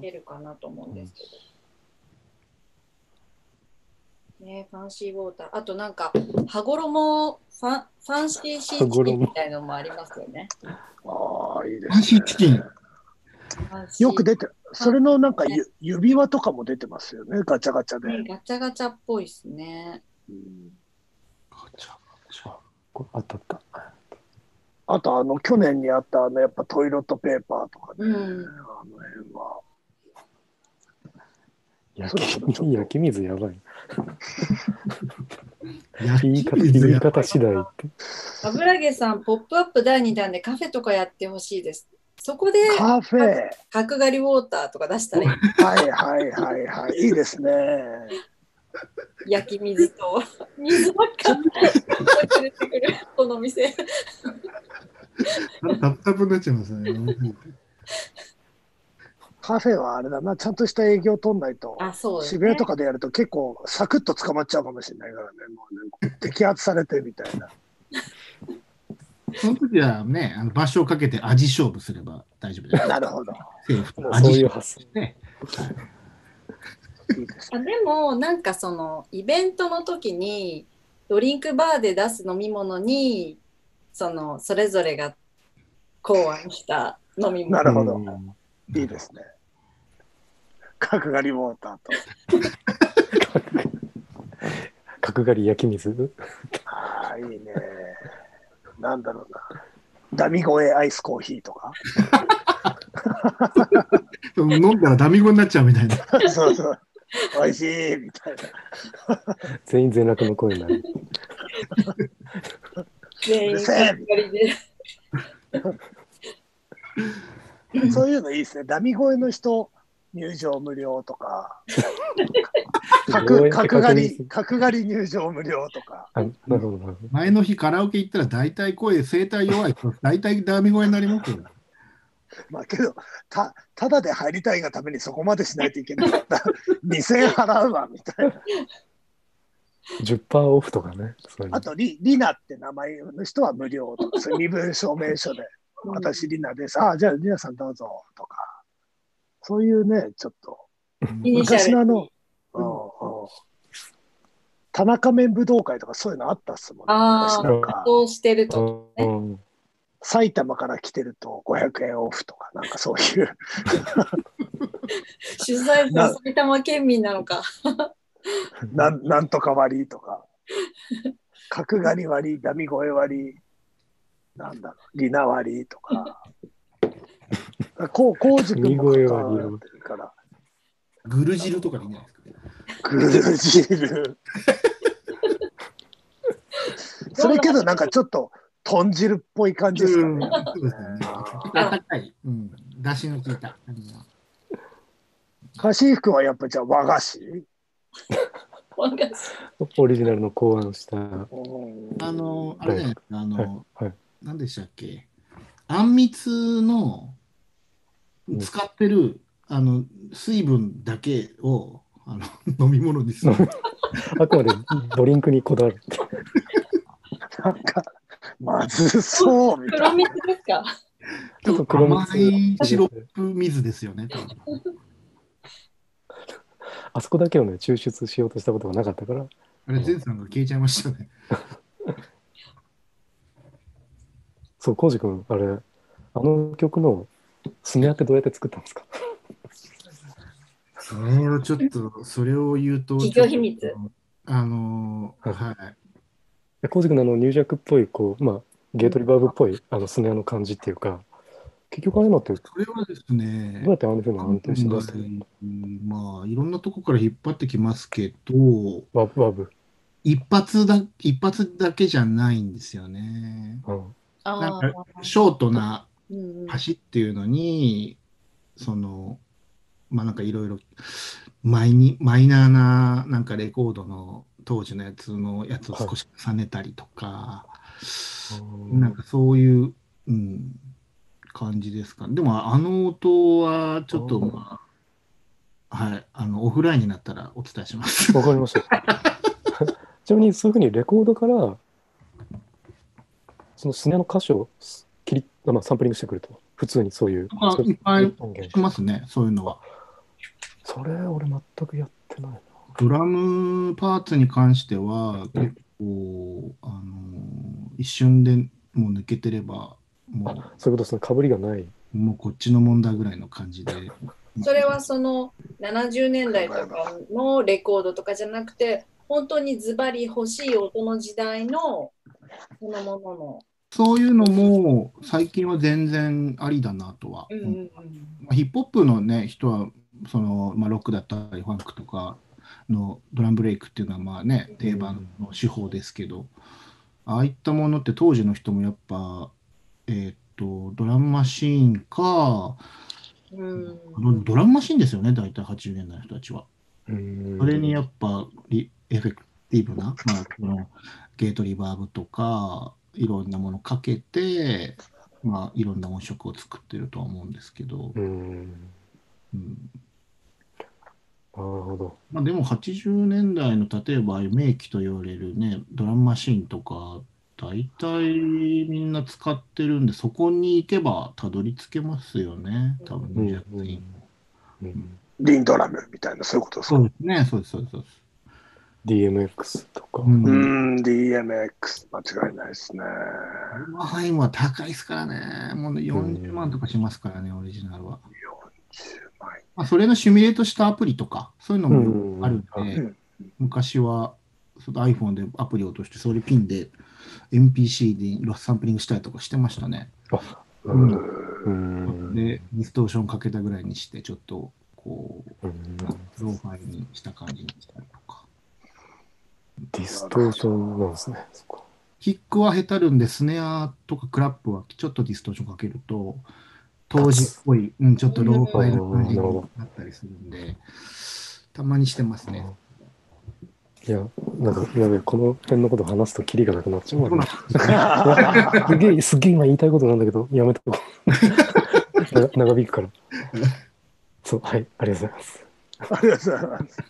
Speaker 5: 出るかなと思うんですけど。ね、ファンシーウォーター。あとなんか、羽衣ファン、ファンシーシー
Speaker 4: 羽
Speaker 5: チキン
Speaker 4: 衣
Speaker 5: みたいのもありますよね。
Speaker 2: ああ、いいで
Speaker 3: ファ
Speaker 2: す
Speaker 3: ンシ
Speaker 2: ね
Speaker 3: ー。チキン。
Speaker 2: よく
Speaker 5: で
Speaker 2: 出て、それのなんかゆ指輪とかも出てますよね、ガチャガチャで。
Speaker 5: ガチャガチャっぽいですね。
Speaker 2: うん
Speaker 4: これあったあった。
Speaker 2: あと、あの、去年にあった、あの、やっぱトイレットペーパーとか
Speaker 5: う
Speaker 2: ね、
Speaker 5: ん
Speaker 2: あの辺は。
Speaker 4: 焼
Speaker 2: そろそろちょっ
Speaker 4: き
Speaker 2: と
Speaker 4: 焼き水やばい。
Speaker 3: 焼
Speaker 4: 言い
Speaker 3: き
Speaker 4: 方
Speaker 3: 水
Speaker 4: 言い
Speaker 3: や
Speaker 4: 方次第って。
Speaker 5: 油揚げさん、ポップアップ第2弾でカフェとかやってほしいです。そこで
Speaker 2: カフェ、は
Speaker 5: 角刈りウォーターとか出したらいい
Speaker 2: いはいは いはい、いいですね。
Speaker 5: 焼き水と 水ばっか出てくるこの店
Speaker 3: タプタプになっちゃいますね。
Speaker 2: カフェはあれだな、ちゃんとした営業取んないと。
Speaker 5: あそうです
Speaker 2: 渋谷とかでやると結構サクッと捕まっちゃうかもしれないからね、も うね、摘発されてみたいな。
Speaker 3: その時はね、あの場所をかけて味勝負すれば大丈夫です。
Speaker 2: なるほど、
Speaker 3: セーフ
Speaker 4: そうい
Speaker 3: 勝
Speaker 4: う
Speaker 3: 負
Speaker 4: 発想。
Speaker 3: ね。
Speaker 2: いいです
Speaker 5: あ
Speaker 2: ね。
Speaker 5: でもなんかそのイベントの時にドリンクバーで出す飲み物にそのそれぞれが考案した飲み
Speaker 2: な
Speaker 5: 物
Speaker 2: るほど、
Speaker 4: うん
Speaker 2: いいですね。角刈りウォーターと。
Speaker 4: 角刈り焼き水
Speaker 2: ああ、いいね。なんだろうな。ダミ声アイスコーヒー とか。
Speaker 3: 飲んだらダミ語になっちゃうみたいな。
Speaker 2: そうそう。美味しいみたいな。
Speaker 4: 全員全楽の声になる。
Speaker 5: 全員
Speaker 2: うるせえ
Speaker 5: カリカリで
Speaker 2: そういうのいいですね。ダミ声の人、入場無料とか。
Speaker 4: ど
Speaker 2: 角
Speaker 4: うやって
Speaker 2: 角刈
Speaker 4: 確認す
Speaker 2: り
Speaker 4: る、
Speaker 2: 角刈り入場無料とか。
Speaker 4: あなるほどなるほど。
Speaker 3: 前の日カラオケ行ったら大体声、声帯弱い人、大体ダミ声になりますよ。
Speaker 2: まあけど、た、ただで入りたいがためにそこまでしないといけない。2000円払うわ、みたいな。
Speaker 4: 10%オフとかね。そういうの
Speaker 2: あとリ、リナって名前の人は無料とか、そういう身分証明書で。私リナです。ああ、じゃあリナさんどうぞとか。そういうね、ちょっと。
Speaker 5: イニシャ
Speaker 2: 昔のあ
Speaker 5: ル
Speaker 2: の、うんうん田中面武道会とかそういうのあったっすもんね。
Speaker 5: あー
Speaker 2: 昔なんか
Speaker 5: そうしてると
Speaker 4: うん
Speaker 2: 埼玉から来てると500円オフとか、なんかそういう。
Speaker 5: 取材の埼玉県民なのか
Speaker 2: なんなんとか割りとか、角刈り割り、ダミ声割り、なんだろう、リナ割りとか。こう、こうじくんも関わってるから、
Speaker 3: グルジルとかでいいんじゃないですか。
Speaker 2: グルジル。それけどなんかちょっと豚汁っぽい感じですかね。
Speaker 3: そうですね。暖かい。うん。出汁の効いた。
Speaker 2: カシーフ君はやっぱじゃあ和菓子、
Speaker 5: わかんない
Speaker 4: オリジナルの考案した。は
Speaker 3: あの、あれじゃないですか。あの、
Speaker 4: い。
Speaker 3: 何でしたっけあんみつの使ってるあの水分だけをあの 飲み物にする。
Speaker 4: あくまでドリンクにこだわる。
Speaker 2: なんかまずそうみた
Speaker 5: 黒
Speaker 2: いな。
Speaker 5: 蜜ですか
Speaker 3: ちょっ
Speaker 4: ち
Speaker 3: と
Speaker 4: ょっと黒蜜
Speaker 3: 甘いシロップ水ですよね。多分
Speaker 4: あそこだけをね、抽出しようとしたことがなかったから、
Speaker 3: あれ、全さんが消えちゃいましたね。
Speaker 4: そう、コウジ君、あれ、あの曲のスネアってどうやって作ったんですか
Speaker 3: それをちょっと、それを言うと。
Speaker 5: 企業秘密
Speaker 3: ちょっと。あのー、はい。
Speaker 4: コウジ君のあのニュージャックっぽい、こう、まあ、ゲートリバーブっぽい、あのスネアの感じっていうか、結局ああいうのって、ど
Speaker 3: それはです
Speaker 4: う
Speaker 3: ね
Speaker 4: や、ってあんなふうに安定して出してるの
Speaker 3: まあ、いろんなとこから引っ張ってきますけど、
Speaker 4: ワブワブ。
Speaker 3: 一発だ、一発だけじゃないんですよね。
Speaker 4: うん。
Speaker 5: あ
Speaker 3: なん
Speaker 5: ー
Speaker 3: ショートな
Speaker 5: うんうん
Speaker 3: 橋っていうのに、その、まあなんかいろいろ、マイにマイナーななんかレコードの当時のやつのやつを少し重ねたりとか、なんかそういう、うん、感じですか。でも、あの音は、ちょっと、
Speaker 4: うん
Speaker 3: まあ、はい、あの、オフラインになったらお伝えします。
Speaker 4: わかりました。 ちなみに、そういうふうにレコードから、そのスネアの歌詞を切り、まあ、サンプリングしてくると。普通にそういう。
Speaker 3: あ
Speaker 4: そう
Speaker 3: いっぱい
Speaker 4: 音源
Speaker 3: しますね、そういうのは。
Speaker 4: それ、俺全くやってないな。
Speaker 3: ドラムパーツに関しては、結構、あの一瞬でもう抜けてれば、も
Speaker 4: そういうことですね。かぶりがない。
Speaker 3: う、もうこっちの問題ぐらいの感じで。
Speaker 5: それはその70年代とかのレコードとかじゃなくて、本当にズバリ欲しい音の時代のそのものの。
Speaker 3: そういうのも、最近は全然ありだなとは。
Speaker 5: うんうんうん
Speaker 3: まあヒップホップのね、人は、その、まあ、ロックだったり、ファンクとかのドラムブレイクっていうのは、まあね、定番の手法ですけど、ああいったものって当時の人もやっぱ、えーっと、ドラムマシーンか、
Speaker 5: うん
Speaker 3: あのドラムマシーンですよね、大体80年代の人たちは。
Speaker 4: うん
Speaker 3: それにやっぱリエフェクティブな、まあ、このゲートリバーブとかいろんなものかけて、まあ、いろんな音色を作ってるとは思うんですけど、
Speaker 4: うん。
Speaker 3: うん
Speaker 4: なるほど。
Speaker 3: まあ、でも80年代の例えば名機と言われるねドラムマシンとか大体みんな使ってるんでそこに行けばたどり着けますよね多
Speaker 4: う
Speaker 3: 分
Speaker 4: ん
Speaker 3: ジャズに
Speaker 4: うん
Speaker 2: リンドラムみたいな、そういうことです
Speaker 3: そ
Speaker 2: か
Speaker 3: う。ですねそうですそうですそうです
Speaker 4: DMX とか。
Speaker 3: うん
Speaker 2: うーん、DMX、間違いないですね。
Speaker 3: アルマハイムは高いですからね。もう40万とかしますからね、オリジナルは。
Speaker 2: 10万円
Speaker 3: まあ、それのシミュレートしたアプリとか、そういうのもあるんで、
Speaker 2: うん
Speaker 3: 昔はその iPhone でアプリを落として、それピンで MPC でロスサンプリングしたりとかしてましたね。
Speaker 4: う
Speaker 2: うんん
Speaker 4: うん
Speaker 3: で、ディストーションかけたぐらいにして、ちょっとこう、
Speaker 4: うん
Speaker 3: ローファイにした感じにしたりとか。
Speaker 4: ディストーションなんですね。そっか
Speaker 3: キックはへたるんで、スネアとかクラップはちょっとディストーションかけると、当時っぽい、うん、ちょっとローファイの感じになったりするんで、たまにしてますね。
Speaker 4: いや、なんか、やべえこの辺のこと話すとキリがなくなっちゃうわ。
Speaker 2: あ
Speaker 4: すげえ、すげえ今言いたいことなんだけど、やめとこう。 な長引くから。そう、はい、ありがとうございます。
Speaker 2: りがとうございます。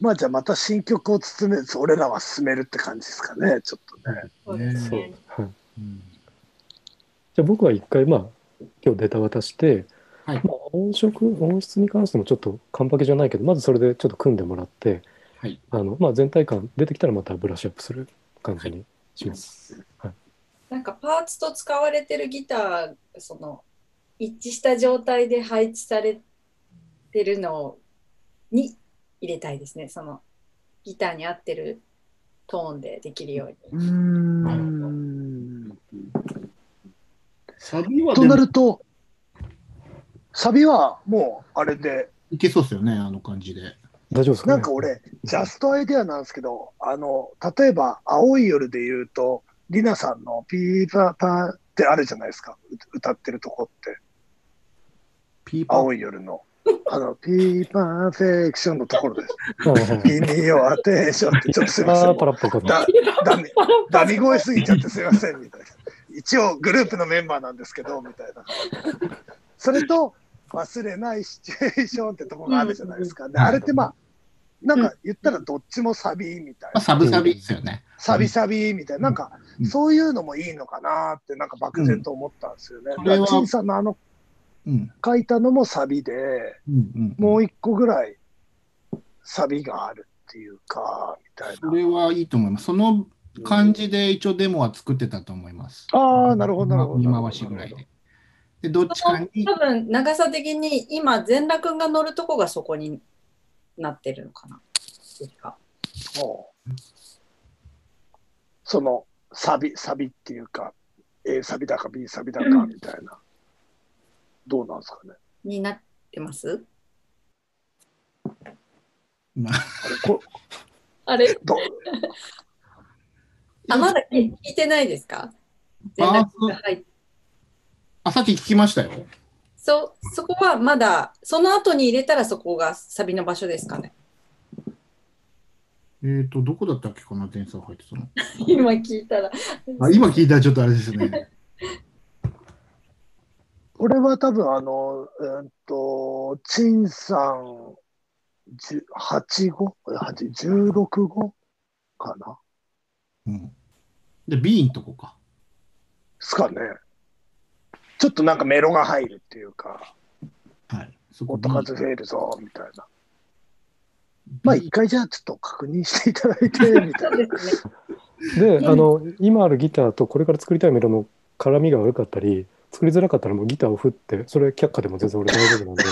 Speaker 2: まあじゃあまた新曲を包め俺らは進めるって感じですかね、ちょっとね。
Speaker 5: そうです
Speaker 4: そう
Speaker 5: ね。
Speaker 4: はい、
Speaker 3: うん
Speaker 4: じゃあ僕は一回、まあ、今日データ渡して、
Speaker 3: はい
Speaker 4: まあ、音色、音質に関してもちょっと完璧じゃないけど、まずそれでちょっと組んでもらって、
Speaker 3: はい
Speaker 4: あのまあ、全体感出てきたらまたブラッシュアップする感じにします。
Speaker 5: なんかパーツと使われてるギター、その一致した状態で配置されてるのに入れたいですね。そのギターに合ってるトーンでできるように。
Speaker 2: うーん。
Speaker 3: サビは
Speaker 2: と
Speaker 3: で
Speaker 2: な
Speaker 3: も
Speaker 2: ると、サビはもうあれで、
Speaker 3: いけそうですよね、あの感じで。
Speaker 4: 大丈夫ですか、ね、
Speaker 2: なんか俺、ジャストアイデアなんですけど、あの、例えば、青い夜で言うと、リナさんのピーパーパーってあるじゃないですか、う歌ってるとこって。
Speaker 3: ピーパー。
Speaker 2: 青い夜の。あの、ピーパーフェクションのところです。
Speaker 4: はいはいはい、
Speaker 2: 君を当てしょって、ちょっとすいませ
Speaker 4: ああ、
Speaker 2: ん
Speaker 4: パ。ラッパ かった。
Speaker 2: だダミダミ声すぎちゃってすいません、みたいな。一応グループのメンバーなんですけど、みたいな。それと、忘れないシチュエーションってとこがあるじゃないですか。で、あれってまあ、なんか言ったらどっちもサビみたい
Speaker 3: まあ
Speaker 2: な。
Speaker 3: サブサビですよね。
Speaker 2: サビサビみたいな。なんか
Speaker 3: う、ん
Speaker 2: そういうのもいいのかなって、なんか漠然と思ったんですよね。
Speaker 3: うん
Speaker 2: だから小さなあの
Speaker 3: うん。
Speaker 2: 書いたのもサビで、
Speaker 3: うんうん、
Speaker 2: もう一個ぐらいサビがあるっていうか、みたい
Speaker 3: そ
Speaker 2: な。
Speaker 3: れはいいと思います。その感じで一応デモは作ってたと思います。
Speaker 2: ああ、なるほど、なるほど。
Speaker 3: 見回しぐらいで。で、どっちかに
Speaker 5: 多分長さ的に今全裸くんが乗るとこがそこになってるのかな。ですか
Speaker 2: もうそのサビ、サビっていうか、A サビだか B サビだかみたいな。どうなんですかね。
Speaker 5: になってます
Speaker 3: まあ
Speaker 2: あれこ
Speaker 5: あれ
Speaker 2: ど
Speaker 5: あまだ聞いてないですか全
Speaker 3: バー
Speaker 5: 裸
Speaker 3: ス
Speaker 5: くんが入って
Speaker 3: あ、さっき聞きましたよ。
Speaker 5: そそこはまだその後に入れたらそこがサビの場所ですかね
Speaker 3: えっ、と、どこだったっけかな、点差入ってたの。
Speaker 5: 今聞いたら
Speaker 3: あ今聞いたらちょっとあれですね。
Speaker 2: これは多分あの、うんと、陳さん10 8号8 ?16 号かな
Speaker 3: うん、で、B んとこか。
Speaker 2: ですかね。ちょっとなんかメロが入るっていうか、
Speaker 3: はい。そこ
Speaker 2: 音数増えるぞみたいな。まあ一回じゃあちょっと確認していただいて、みたい
Speaker 5: そうですね。
Speaker 4: で、あの、今あるギターとこれから作りたいメロの絡みが悪かったり、作りづらかったらもうギターを振って、それ却下でも全然俺大丈夫なんで、 ま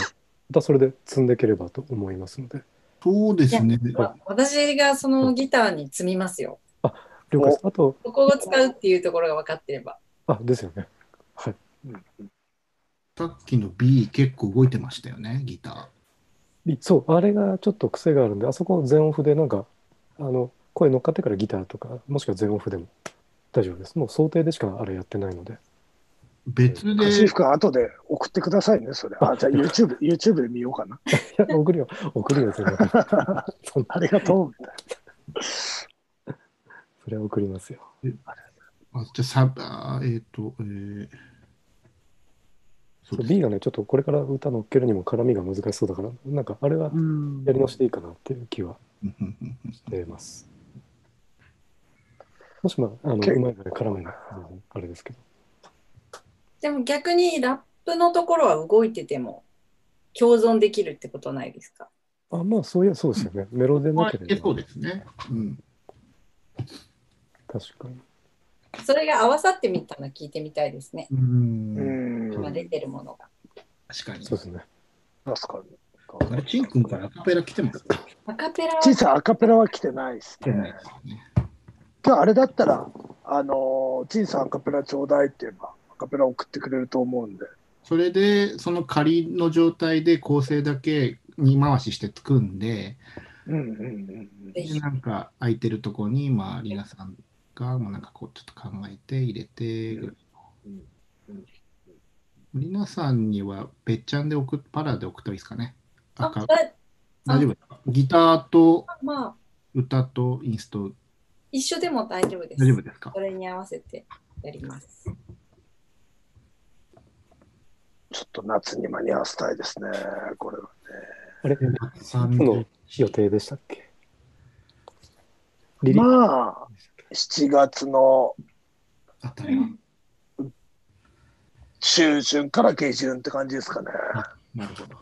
Speaker 4: たそれで積んでいければと思いますので。
Speaker 3: そうですね。
Speaker 5: わ私がそのギターに積みますよ。
Speaker 4: 了解です。あと、
Speaker 5: ここを使うっていうところが分かってれば。
Speaker 4: あ、ですよね。はい。
Speaker 3: さっきの B 結構動いてましたよね、ギタ
Speaker 4: そう、あれがちょっと癖があるんで、あそこ全オフでなんか、あの、声乗っかってからギターとか、もしくは全オフでも大丈夫です。もう想定でしかあれやってないので。
Speaker 3: ー。別
Speaker 2: な。橋
Speaker 3: で、
Speaker 2: 福後で送ってくださいね、それ。 あ、じゃあ YouTube、YouTube で見ようかな。
Speaker 4: いや、送るよ、送るよ、全然。そんな
Speaker 2: ありがとう。
Speaker 4: それは送りますよ。
Speaker 3: あじゃあサあえっ、と、えー、そ
Speaker 4: そうう
Speaker 3: です
Speaker 4: B がね、ちょっとこれから歌乗っけるにも絡みが難しそうだから、なんかあれは
Speaker 2: うん
Speaker 4: やり直していいかなっていう気は
Speaker 3: うんうんうんうん
Speaker 4: してます。もしも、あの、
Speaker 2: 結構
Speaker 4: うまいぐらい絡めない、あれですけど。
Speaker 5: でも逆にラップのところは動いてても共存できるってことないですか
Speaker 4: あ、まあ、そういや、そうですよね。メロでなければ、
Speaker 3: そうですね。うん。
Speaker 4: 確かに。
Speaker 5: それが合わさってみたの聞いてみたいですね。
Speaker 3: う。
Speaker 2: うん
Speaker 5: 今
Speaker 2: ん。
Speaker 5: 出てるものが。
Speaker 3: 確かに。
Speaker 4: そうですね。
Speaker 2: 確かに。
Speaker 3: あれ、チン君からアカペラ来てますか
Speaker 5: アカペラ
Speaker 2: 小さいアカペラは来てないです
Speaker 3: 来てな
Speaker 2: ね
Speaker 3: いで。すね。
Speaker 2: 今日あれだったら、あのー、陳さんアカペラちょうだいって言えば、アカペラ送ってくれると思うんで。
Speaker 3: それで、その仮の状態で構成だけに回しして組んで、
Speaker 2: うんうんうんうん。
Speaker 5: ぜ
Speaker 3: で
Speaker 5: ひ
Speaker 3: なんか空いてるとこに、まあ、リナさんが、もうなんかこう、ちょっと考えて入れてぐらいの
Speaker 2: うんうん。
Speaker 3: リナさんには、べっちゃんで送っ、パラで送ったらいいですかね。
Speaker 5: あ
Speaker 3: 赤
Speaker 5: だ
Speaker 3: 大丈夫ですかギターと
Speaker 5: まあ
Speaker 3: 歌とインスト、
Speaker 5: 一緒でも大丈夫です。
Speaker 3: 大丈夫ですか
Speaker 5: それに合わせてやります。
Speaker 2: ちょっと夏に間に合わせたいですね、これは。
Speaker 4: あれ、い
Speaker 3: さん
Speaker 4: つの予定でしたっけリリー
Speaker 2: まあ、7月の
Speaker 3: あたりは。
Speaker 2: 中旬から下旬って感じですかね。
Speaker 3: なるほど。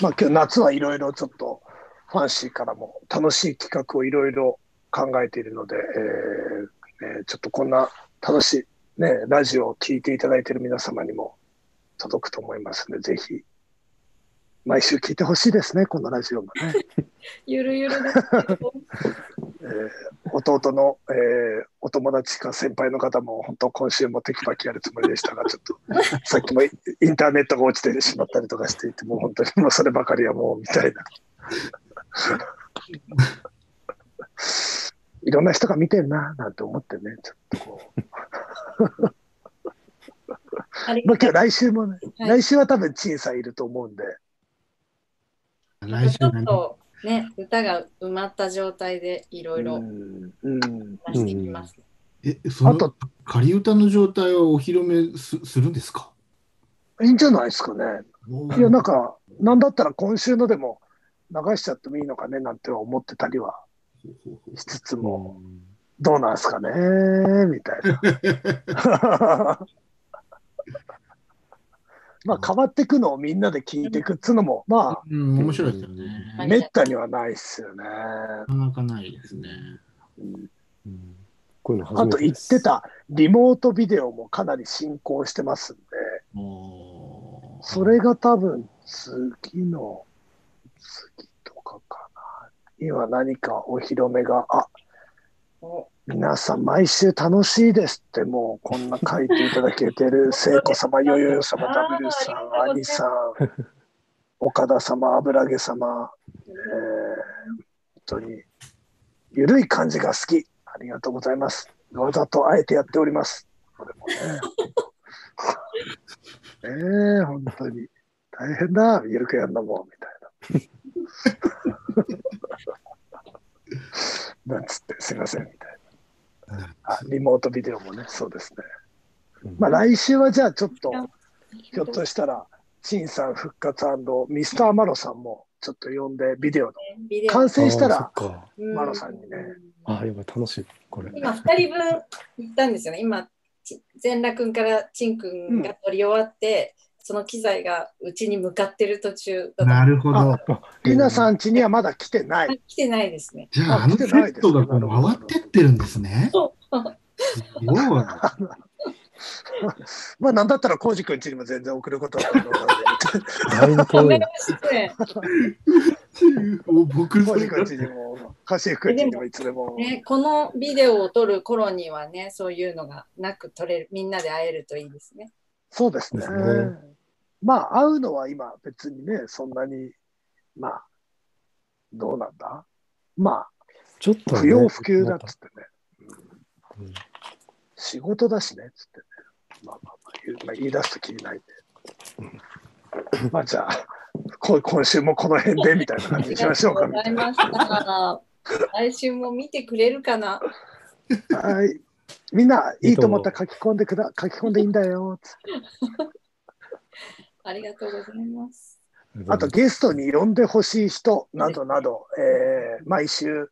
Speaker 2: まあ今日夏はいろいろちょっとファンシーからも楽しい企画をいろいろ考えているので、えーえーちょっとこんな楽しい、ね、ラジオを聴いていただいている皆様にも届くと思いますので、ぜひ毎週聞いてほしいですね、このラジオもね。
Speaker 5: ゆるゆるですけど。
Speaker 2: えー弟の、えーお友達か先輩の方も本当今週もテキパキやるつもりでしたがちょっと さっきもインターネットが落ちてしまったりとかしていてもう本当にもうそればかりはもうみたいな いろんな人が見てるななんて思ってねちょっとこう、
Speaker 5: ありが
Speaker 2: まあ、今日来週もね、
Speaker 5: はい
Speaker 2: 来週は多分陳さんいると思うんで
Speaker 3: 来週
Speaker 5: ちょ
Speaker 3: が
Speaker 5: っ
Speaker 3: ね、
Speaker 5: とね、歌が埋まった状態でいろいろ
Speaker 2: うんうん
Speaker 5: 話していきます。
Speaker 3: え、その
Speaker 2: あと
Speaker 3: 仮歌の状態はお披露目すするんですか
Speaker 2: いいんじゃないですかねいやなんかなんだったら今週のでも流しちゃってもいいのかねなんては思ってたりはしつつも。
Speaker 4: も
Speaker 2: どうなんすかねみたい な。まあ変わってくのをみんなで聞いていくっつうのも、ま
Speaker 3: うん、面白いですよね。
Speaker 5: は
Speaker 2: あ、
Speaker 5: い
Speaker 2: めったにはないっすよね。
Speaker 3: なかなかないですね。
Speaker 2: うん
Speaker 4: うんこういうの初
Speaker 2: あ
Speaker 4: め
Speaker 2: と
Speaker 4: て
Speaker 2: 言
Speaker 4: で
Speaker 2: っ
Speaker 4: す
Speaker 2: てたリモートビデオもかなり進行してますんで、
Speaker 3: もう
Speaker 2: それが多分次の、次とかかな。今何かお披露目が、あ
Speaker 5: お
Speaker 2: 皆さん、毎週楽しいですって、もうこんな書いていただけてる、聖子様、よよよ様、
Speaker 5: あー
Speaker 2: W さ
Speaker 5: あ
Speaker 2: ん、
Speaker 5: りがとうござい
Speaker 2: 兄
Speaker 5: ます
Speaker 2: さん、岡田様、油揚げ様、えー、本当に、ゆるい感じが好き。ありがとうございます。わざとあえてやっております。これもね。 ええ本当に。大変だ、ゆるくやんのも、みたい な。なんつって、すいません、みたいな。あリモートビデオもね、そうですね。まあ来週はじゃあちょっと、ひょっとしたら、陳さん復活ミスターマロさんもちょっと呼んで、ビデオの
Speaker 5: ビデオ
Speaker 2: 完成したら、
Speaker 4: あーそっか
Speaker 5: う
Speaker 2: マロさんにね
Speaker 4: あー、やばい、楽しい、これ。
Speaker 5: 今2人分行ったんですよね。今、ち全裸君から陳君が取り終わって、その機材がうちに向かってる途中だ
Speaker 3: なるほど。
Speaker 2: りなさん家にはまだ来てない。
Speaker 5: 来てないですね。
Speaker 3: じゃあ、
Speaker 2: あ
Speaker 3: あのセ
Speaker 2: 来てない
Speaker 3: ッ
Speaker 2: です
Speaker 3: トがこう回ってってるんですね。
Speaker 5: そ
Speaker 3: すご いわ。
Speaker 2: まあ、なんだったら、浩二君家にも全然送ることは可能なんで。
Speaker 4: だ
Speaker 5: ご
Speaker 4: いぶ遠
Speaker 5: め
Speaker 4: い
Speaker 5: んな。さい
Speaker 3: お僕そ
Speaker 2: 浩
Speaker 3: れ
Speaker 2: 二君家にも、橋井君家にもいつでも。
Speaker 5: ね、このビデオを撮る頃にはね、そういうのがなく撮れる、みんなで会えるといいですね。
Speaker 2: そうですね
Speaker 4: ですね。
Speaker 2: まあ、会うのは今、別にね、そんなに、まあ、どうなんだま
Speaker 4: ちょっ
Speaker 2: あ、
Speaker 4: とね
Speaker 2: 不要不急だっつってね、
Speaker 4: うん
Speaker 2: 仕事だしねっつってね、まあまあまあ言うまあ、言い出すときりないんで。まあ、じゃあ、こ今週もこの辺でみたいな感じにしましょうか
Speaker 5: あり
Speaker 2: み
Speaker 5: が
Speaker 2: た
Speaker 5: と
Speaker 2: いう
Speaker 5: ございました。来週も見てくれるかな。
Speaker 2: な。 はい。みんな、いいと思ったら書き込んでくだ、書き込んでいいんだよ。つって
Speaker 5: ありがとうございます。
Speaker 2: あと、ゲストに呼んでほしい人などなど、えー毎週、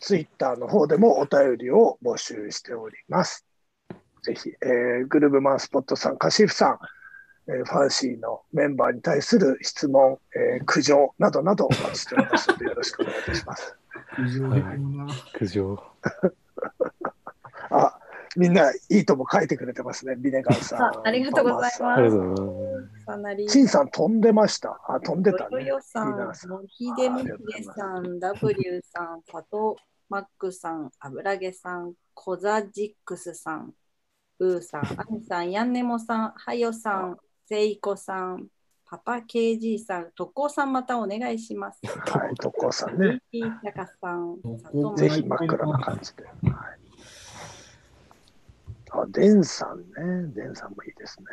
Speaker 2: ツイッターの方でもお便りを募集しております。ぜひ、えーグルーブマンスポットさん、カシフさん、えーファンシーのメンバーに対する質問、えー苦情などなどお待ちしておりますので、よろしくお願いいたします。
Speaker 3: 苦情でこんな
Speaker 4: 苦情。
Speaker 2: あ、みんないいとも書いてくれてますね、ビネガンさ
Speaker 5: あ
Speaker 2: ん。
Speaker 5: ありがとうございます
Speaker 4: ありがとうございま
Speaker 5: さなり。
Speaker 2: チンさん飛んでました。あ、飛んでた
Speaker 5: ヨ
Speaker 2: ね。
Speaker 5: ヨさん、
Speaker 2: リー
Speaker 5: モ
Speaker 2: ナさん
Speaker 5: ヒデミヒデさん、W さん、 パトマックさん、油毛さん、コザジックスさん、ウーさん、アミさん、ヤンネモさん、ハヨさん、セイコさん、パパ KG さん、特攻さんまたお願いします。
Speaker 2: はい、とこさんね。
Speaker 5: ピータカさん、
Speaker 3: 特攻
Speaker 2: ぜひ真っ暗な感じで。はい、あ、デンさんね。デンさんもいいですね。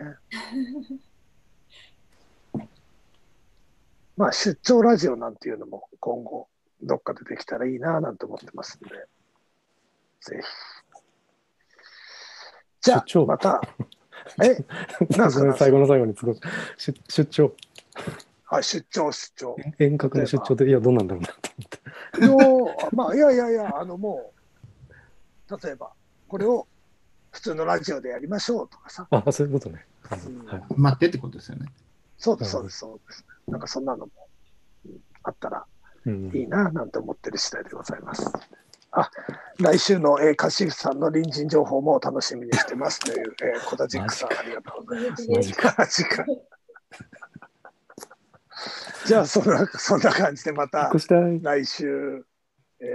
Speaker 2: まあ、出張ラジオなんていうのも今後、どっかでできたらいいなぁなんて思ってますんで、ぜひ。じゃ
Speaker 4: 出
Speaker 2: あ、
Speaker 4: 張
Speaker 2: ま た、え、なんすか
Speaker 4: 最後の最後にすごい出出張
Speaker 2: あ出張、出張。
Speaker 4: 遠隔の出張でいやどうなんだろうなと思って
Speaker 2: の、まあ、いやいやいや、あのもう、例えば、これを普通のラジオでやりましょうとかさ、
Speaker 4: あそういうことね、は
Speaker 2: うん
Speaker 4: いはい、
Speaker 3: 待ってってことですよね。
Speaker 2: そうです、そうです、そうです。なんかそんなのもうんあったら
Speaker 4: うん
Speaker 2: いいな、なんて思ってる次第でございます。あ、来週の、えー、カシフさんの隣人情報も楽しみにしてますという、えー、コタジックさん、ありがとうございます。
Speaker 4: マジ
Speaker 2: マジか。じゃあそんな、そんな感じでま
Speaker 4: 引った越したい
Speaker 2: 来週、えー、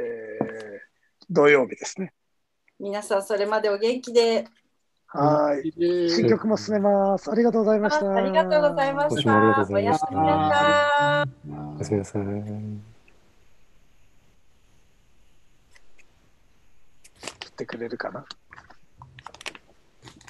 Speaker 2: 土曜日ですね。
Speaker 5: 皆さんそれまでお元気で。
Speaker 2: はい。新曲も進めます。ありがとうございました。
Speaker 5: ありがとうございまし
Speaker 4: 今週もあり
Speaker 5: た
Speaker 4: がとう。
Speaker 5: お
Speaker 4: ございま
Speaker 5: や
Speaker 4: し
Speaker 5: す
Speaker 4: た
Speaker 5: みなさい。
Speaker 4: おやすみなさい。
Speaker 2: 切ってくれるかな。